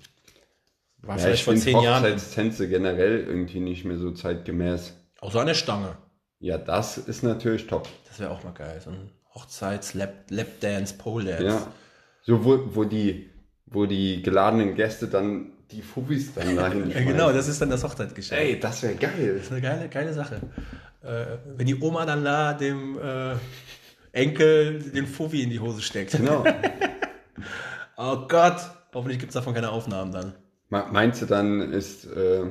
Speaker 2: War
Speaker 3: ja,
Speaker 2: vielleicht
Speaker 3: ich
Speaker 2: vor
Speaker 3: finde
Speaker 2: zehn Jahren,
Speaker 3: Hochzeitstänze generell irgendwie nicht mehr so zeitgemäß.
Speaker 2: außer an der Stange.
Speaker 3: Ja, das ist natürlich top.
Speaker 2: Das wäre auch mal geil. So ein Hochzeits, Lap, Lapdance, Pole Dance.
Speaker 3: Ja. So, wo, wo, die, wo die geladenen Gäste dann die Fuffis dann dahin
Speaker 2: Ja, genau,
Speaker 3: schmeißen.
Speaker 2: das ist dann das Hochzeitsgeschenk.
Speaker 3: Ey, das wäre geil.
Speaker 2: Das ist eine geile, geile Sache. Äh, wenn die Oma dann da dem äh, Enkel den Fuffi in die Hose steckt.
Speaker 3: Genau.
Speaker 2: Oh Gott, hoffentlich gibt es davon keine Aufnahmen dann.
Speaker 3: Me- Meinst du dann ist äh,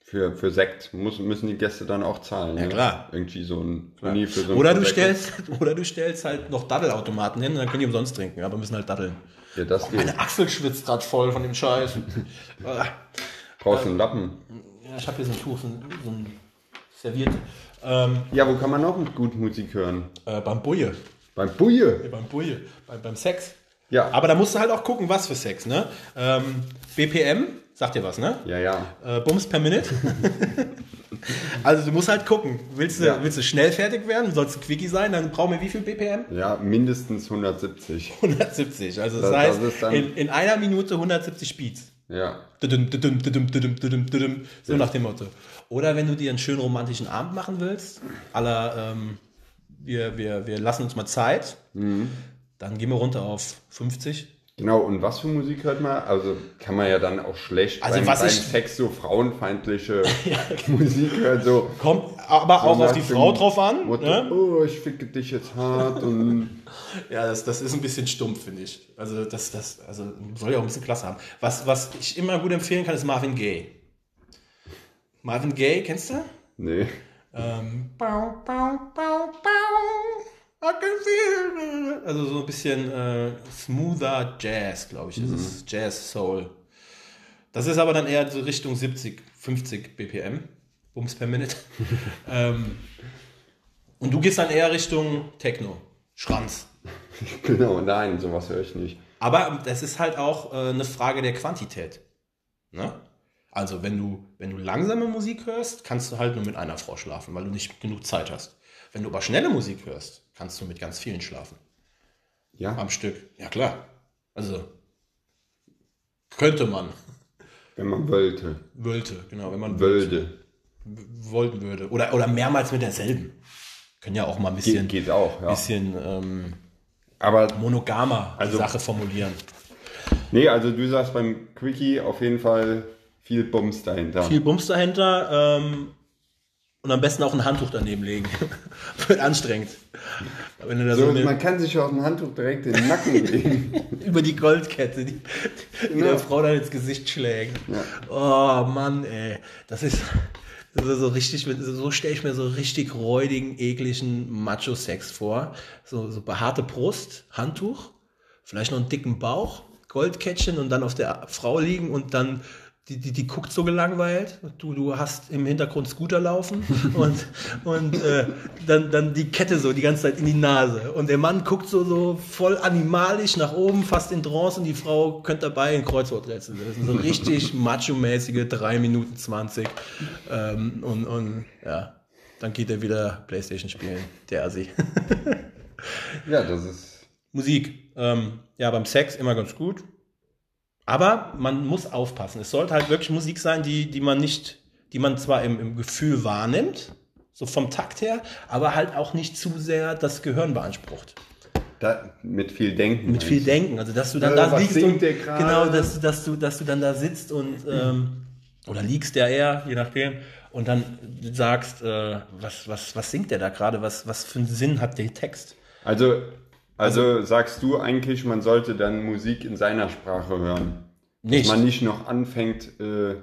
Speaker 3: für, für Sekt muss, müssen die Gäste dann auch zahlen?
Speaker 2: Ja,
Speaker 3: ne?
Speaker 2: klar.
Speaker 3: Irgendwie so ein Uni für so ein
Speaker 2: Oder du,
Speaker 3: Sekt.
Speaker 2: stellst, oder du stellst halt noch Daddelautomaten hin und dann können die umsonst trinken, aber müssen halt daddeln.
Speaker 3: Ja, das geht.
Speaker 2: Meine Achsel schwitzt gerade voll von dem Scheiß. Ah,
Speaker 3: Brauchst einen Lappen.
Speaker 2: ja, ich habe hier so ein Tuch, so ein, so ein Serviert. Ähm,
Speaker 3: Ja, wo kann man noch gut Musik hören?
Speaker 2: äh, beim Bulle.
Speaker 3: Beim Buje.
Speaker 2: Beim Bulle. Beim, beim Sex.
Speaker 3: Ja.
Speaker 2: Aber da musst du halt auch gucken, was für Sex, ne? Ähm, BPM, sagt dir was, ne?
Speaker 3: Ja, ja.
Speaker 2: äh, Bums per Minute. also du musst halt gucken. Willst du,
Speaker 3: Ja.
Speaker 2: willst du schnell fertig werden? Sollst du Quickie sein? Dann brauchen wir wie viel BPM?
Speaker 3: Ja, mindestens 170.
Speaker 2: 170. Also das,
Speaker 3: Das- das
Speaker 2: heißt,
Speaker 3: ist dann-
Speaker 2: in, in einer Minute 170 Speeds.
Speaker 3: Ja.
Speaker 2: Düdüm, düdüm, düdüm, düdüm, düdüm, düdüm. So nach dem Motto. Oder wenn du dir einen schönen romantischen Abend machen willst, aller ähm, wir, wir, wir lassen uns mal Zeit,
Speaker 3: Mhm.
Speaker 2: dann gehen wir runter auf 50.
Speaker 3: Genau, und was für Musik hört man? Also kann man ja dann auch schlecht
Speaker 2: Also
Speaker 3: beim,
Speaker 2: was
Speaker 3: beim
Speaker 2: ich-
Speaker 3: Sex so frauenfeindliche Musik hören. So,
Speaker 2: Kommt aber auch
Speaker 3: so
Speaker 2: auf
Speaker 3: nach
Speaker 2: die
Speaker 3: dem
Speaker 2: Frau drauf an.
Speaker 3: Motto,
Speaker 2: Ne?
Speaker 3: Oh, ich ficke dich jetzt hart und
Speaker 2: Ja, das, das ist ein bisschen stumpf, finde ich. Also, das, das also soll ja auch ein bisschen Klasse haben. Was, was ich immer gut empfehlen kann, ist Marvin Gaye. Marvin Gaye, kennst du?
Speaker 3: nee.
Speaker 2: Ähm, bau, bau, bau, bau, I can feel it. also so ein bisschen äh, smoother Jazz, glaube ich. Das ist Jazz Soul. Das ist aber dann eher so Richtung 70, 50 BPM. Bums per Minute. ähm, und du gehst dann eher Richtung Techno. Schranz.
Speaker 3: Genau, nein, sowas höre ich nicht.
Speaker 2: Aber das ist halt auch äh, eine Frage der Quantität. Ne? Also wenn du, wenn du langsame Musik hörst, kannst du halt nur mit einer Frau schlafen, weil du nicht genug Zeit hast. Wenn du aber schnelle Musik hörst, kannst du mit ganz vielen schlafen.
Speaker 3: Ja,
Speaker 2: Am Stück. Ja klar. Also könnte man.
Speaker 3: wenn man wollte.
Speaker 2: Wollte, genau, wenn man
Speaker 3: Wölde.
Speaker 2: wollten würde. Oder, oder mehrmals mit derselben. Können ja auch mal ein bisschen,
Speaker 3: Geht, geht auch, ja.
Speaker 2: bisschen ähm,
Speaker 3: Aber
Speaker 2: monogamer
Speaker 3: Also-
Speaker 2: Sache formulieren.
Speaker 3: nee, also du sagst beim Quickie auf jeden Fall viel Bums dahinter.
Speaker 2: viel Bums dahinter ähm, und am besten auch ein Handtuch daneben legen. Wird anstrengend. Wenn du da so,
Speaker 3: so,
Speaker 2: eine,
Speaker 3: man kann sich auch ein Handtuch direkt in den Nacken legen.
Speaker 2: über die Goldkette, die, die
Speaker 3: Genau.
Speaker 2: der Frau dann ins Gesicht schlägt. Oh Mann, ey. Das ist, das ist so richtig, mit- so stelle ich mir so richtig räudigen, ekligen Macho-Sex vor. So, so behaarte Brust, Handtuch, vielleicht noch einen dicken Bauch, Goldkettchen und dann auf der Frau liegen und dann. Die, die, die guckt so gelangweilt, du, du hast im Hintergrund Scooter laufen und, und äh, dann, dann die Kette so die ganze Zeit in die Nase. Und der Mann guckt so, so voll animalisch nach oben, fast in Trance und die Frau könnte dabei ein Kreuzworträtsel lösen. So richtig macho-mäßige 3 Minuten 20. Ähm, und, und ja, dann geht er wieder Playstation spielen, der Assi.
Speaker 3: Ja, das ist.
Speaker 2: Musik. Ähm, ja, beim Sex immer ganz gut. Aber man muss aufpassen. Es sollte halt wirklich Musik sein, die, die man nicht, die man zwar im, im Gefühl wahrnimmt, so vom Takt her, aber halt auch nicht zu sehr das Gehirn beansprucht.
Speaker 3: Da, mit viel Denken.
Speaker 2: Mit viel
Speaker 3: meinst du?
Speaker 2: Denken. Also dass du dann
Speaker 3: Äh,
Speaker 2: da
Speaker 3: was
Speaker 2: liegst
Speaker 3: singt
Speaker 2: und
Speaker 3: der gerade? Mhm.
Speaker 2: genau, dass, du- dass du, dass du dann da sitzt und ähm, oder liegst ja eher, je nachdem, und dann sagst, äh, was, was, was singt der da gerade? Was, was für einen Sinn hat der Text?
Speaker 3: Also, also, sagst du eigentlich, man sollte dann Musik in seiner Sprache hören. Dass
Speaker 2: Nicht.
Speaker 3: man nicht noch anfängt äh,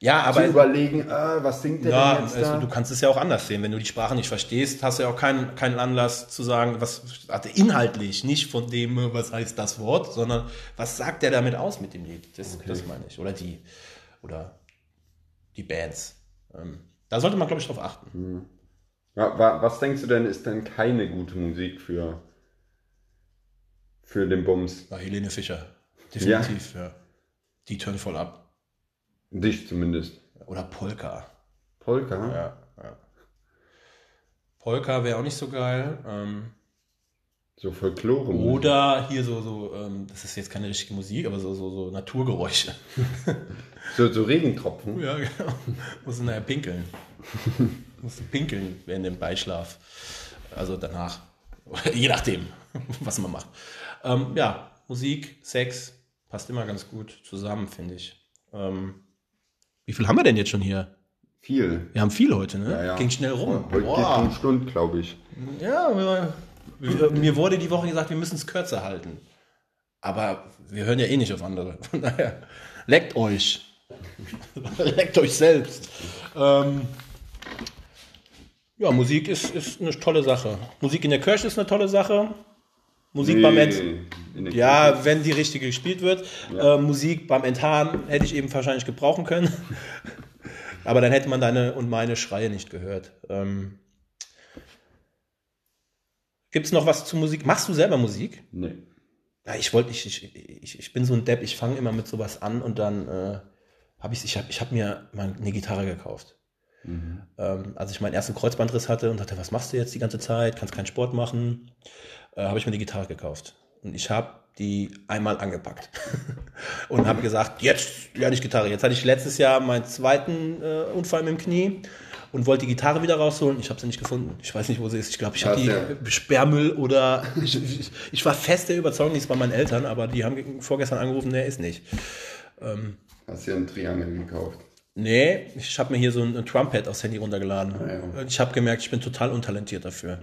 Speaker 2: ja,
Speaker 3: zu
Speaker 2: aber
Speaker 3: überlegen, ah, was singt der
Speaker 2: Ja,
Speaker 3: denn jetzt
Speaker 2: also
Speaker 3: da?
Speaker 2: du kannst es ja auch anders sehen. Wenn du die Sprache nicht verstehst, hast du ja auch keinen, keinen Anlass zu sagen, was also inhaltlich, nicht von dem, äh, was heißt das Wort, sondern was sagt der damit aus mit dem Lied? Das, das meine ich. Oder die, oder die Bands. Ähm, da sollte man, glaube ich, drauf achten.
Speaker 3: Wa- wa- was denkst du denn, ist denn keine gute Musik für, für den Bums.
Speaker 2: War Helene Fischer. Definitiv, ja. Die turn voll ab.
Speaker 3: Dich zumindest.
Speaker 2: Oder Polka.
Speaker 3: Polka?
Speaker 2: Ja, ja. Polka wäre auch nicht so geil. Ähm,
Speaker 3: So Folklore.
Speaker 2: oder hier so, so ähm, das ist jetzt keine richtige Musik, aber so, so, so Naturgeräusche.
Speaker 3: So, so Regentropfen.
Speaker 2: Ja, genau. Muss nachher pinkeln. Muss pinkeln während dem Beischlaf. Also danach. Je nachdem, was man macht. Ähm, ja, Musik, Sex passt immer ganz gut zusammen, finde ich. Ähm, wie viel haben wir denn jetzt schon hier?
Speaker 3: Viel.
Speaker 2: Wir haben viel heute, ne?
Speaker 3: Ja, ja.
Speaker 2: Ging schnell rum.
Speaker 3: Heute geht
Speaker 2: Boah.
Speaker 3: eine Stunde, glaube ich.
Speaker 2: Ja, wir- wir- mir wurde die Woche gesagt, wir müssen es kürzer halten. Aber wir hören ja eh nicht auf andere. Von daher, leckt euch. leckt euch selbst. Ähm, ja, Musik ist, ist eine tolle Sache. Musik in der Kirche ist eine tolle Sache. Musik beim Ent
Speaker 3: in der Kirche.
Speaker 2: Ja, wenn die richtige gespielt wird.
Speaker 3: Ja.
Speaker 2: Äh, Musik beim Enthaaren hätte ich eben wahrscheinlich gebrauchen können. Aber dann hätte man deine und meine Schreie nicht gehört. Ähm, Gibt es noch was zu Musik? Machst du selber Musik?
Speaker 3: Nee.
Speaker 2: Ja, ich wollte, ich, ich, ich, ich bin so ein Depp, ich fange immer mit sowas an und dann äh, habe ich, ich habe ich hab mir mal eine Gitarre gekauft. Ähm, als ich meinen ersten Kreuzbandriss hatte und dachte, was machst du jetzt die ganze Zeit, kannst keinen Sport machen, äh, habe ich mir die Gitarre gekauft. Und ich habe die einmal angepackt und habe gesagt, jetzt lerne ich Gitarre. Jetzt hatte ich letztes Jahr meinen zweiten äh, Unfall mit dem Knie und wollte die Gitarre wieder rausholen. Ich habe sie nicht gefunden. Ich weiß nicht, wo sie ist. Ich glaube, ich habe die
Speaker 3: Hast
Speaker 2: Sperrmüll oder ich, ich, ich war fest der Überzeugung, die ist bei meinen Eltern, aber die haben ge- vorgestern angerufen, der ist nicht.
Speaker 3: Hast ja ein Triangel gekauft.
Speaker 2: Nee, ich habe mir hier so ein, ein Trumpet aufs Handy runtergeladen.
Speaker 3: ja.
Speaker 2: Und Ich habe gemerkt, ich bin total untalentiert dafür.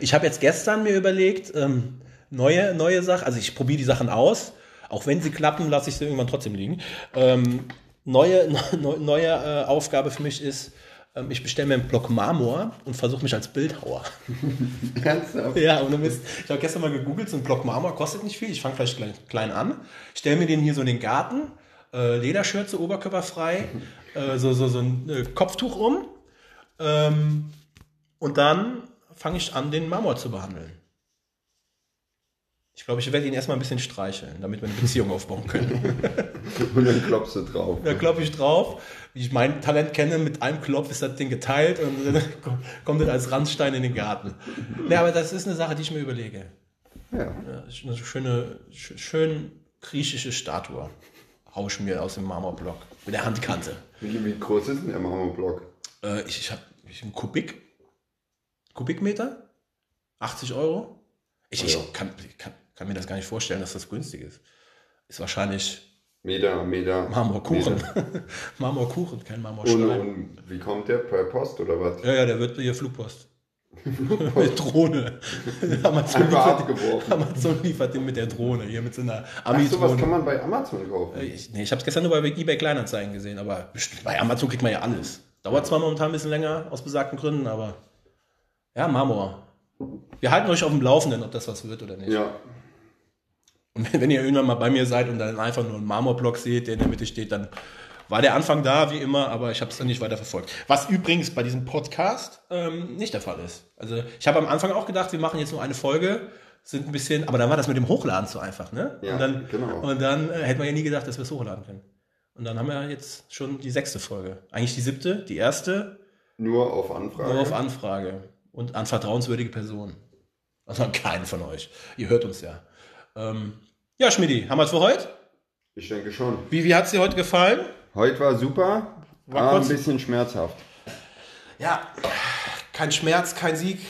Speaker 2: Ich habe jetzt gestern mir überlegt, ähm, neue, neue Sachen, also ich probiere die Sachen aus, auch wenn sie klappen, lasse ich sie irgendwann trotzdem liegen. Ähm, neue neue, neue äh, Aufgabe für mich ist, ähm, ich bestelle mir einen Block Marmor und versuche mich als Bildhauer.
Speaker 3: Ernsthaft?
Speaker 2: Ja, und du bist, ich habe gestern mal gegoogelt, so ein Block Marmor kostet nicht viel. Ich fange vielleicht klein, klein an. Stell mir den hier so in den Garten, äh, Lederschürze, oberkörperfrei, äh, so, so, so ein äh, Kopftuch um. Ähm, und dann fange ich an, den Marmor zu behandeln. Ich glaube, ich werde ihn erstmal ein bisschen streicheln, damit wir eine Beziehung aufbauen können.
Speaker 3: Und dann klopfst du drauf.
Speaker 2: Da klopfe ich drauf. Wie ich mein Talent kenne, mit einem Klopf ist das Ding geteilt und dann kommt das als Randstein in den Garten. Ja, aber das ist eine Sache, die ich mir überlege.
Speaker 3: Ja.
Speaker 2: Das ist Eine schöne, sch- schön griechische Statue. Hau ich mir aus dem Marmorblock. Mit der Handkante.
Speaker 3: Wie, wie groß ist denn der Marmorblock?
Speaker 2: Äh, ich ich habe ich, einen Kubik. Kubikmeter? 80 Euro? Ich,
Speaker 3: Ja.
Speaker 2: ich kann, kann, kann mir das gar nicht vorstellen, dass das günstig ist. Ist wahrscheinlich
Speaker 3: Meter, Meter.
Speaker 2: Marmorkuchen.
Speaker 3: Meter.
Speaker 2: Marmorkuchen, kein Marmorstein.
Speaker 3: Und, und wie kommt der? Per Post oder was?
Speaker 2: Ja, ja, der wird hier Flugpost. mit Drohne. Amazon
Speaker 3: Einfach
Speaker 2: liefert,
Speaker 3: abgeworfen.
Speaker 2: Amazon liefert den mit der Drohne. Hier mit so einer
Speaker 3: Ach, sowas
Speaker 2: Ami-Drohne.
Speaker 3: kann man bei Amazon kaufen.
Speaker 2: Ich, Oh, nee, ich habe es gestern nur bei eBay Kleinanzeigen gesehen, aber bestimmt, bei Amazon kriegt man ja alles. Dauert zwar momentan ein bisschen länger, aus besagten Gründen, aber ja, Marmor. Wir halten euch auf dem Laufenden, ob das was wird oder nicht.
Speaker 3: Ja.
Speaker 2: Und wenn- wenn ihr irgendwann mal bei mir seid und dann einfach nur einen Marmorblock seht, der in der Mitte steht, dann war der Anfang da, wie immer, aber ich habe es dann nicht weiter verfolgt. Was übrigens bei diesem Podcast ähm, nicht der Fall ist. Also ich habe am Anfang auch gedacht, wir machen jetzt nur eine Folge, sind ein bisschen, aber dann war das mit dem Hochladen so einfach, ne?
Speaker 3: Ja,
Speaker 2: und dann,
Speaker 3: genau.
Speaker 2: Und dann äh, hätte man ja nie gedacht, dass wir es hochladen können. Und dann haben wir jetzt schon die sechste Folge. Eigentlich die siebte, die erste,
Speaker 3: Nur auf Anfrage.
Speaker 2: nur auf Anfrage und an vertrauenswürdige Personen. Also an keinen von euch. Ihr hört uns ja. Ähm, ja, Schmidi, haben wir es für heute?
Speaker 3: ich denke schon.
Speaker 2: Wie, wie hat es dir heute gefallen?
Speaker 3: Heute war super,
Speaker 2: War
Speaker 3: war aber
Speaker 2: kurz-
Speaker 3: ein bisschen schmerzhaft.
Speaker 2: Ja, kein Schmerz, kein Sieg.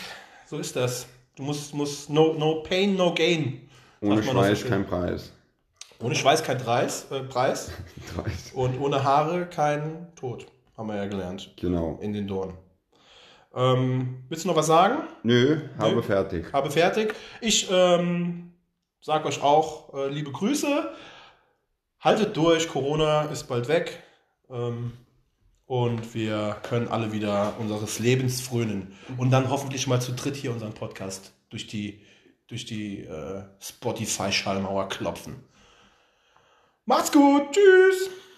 Speaker 2: So ist das. Du musst, musst no, no pain, no gain.
Speaker 3: Ohne
Speaker 2: Sagt man das so
Speaker 3: Schweiß
Speaker 2: schön.
Speaker 3: kein Preis.
Speaker 2: Ohne Schweiß kein Preis, äh, Preis
Speaker 3: Preis.
Speaker 2: und ohne Haare kein Tod. Haben wir ja gelernt.
Speaker 3: Genau.
Speaker 2: In den Dornen. Ähm, willst du noch was sagen?
Speaker 3: Nö, habe fertig.
Speaker 2: habe fertig. Ich ähm, sage euch auch äh, liebe Grüße. Haltet durch, Corona ist bald weg. Ähm, und wir können alle wieder unseres Lebens frönen. Und dann hoffentlich mal zu dritt hier unseren Podcast durch die, durch die äh, Spotify-Schallmauer klopfen. Macht's gut, tschüss!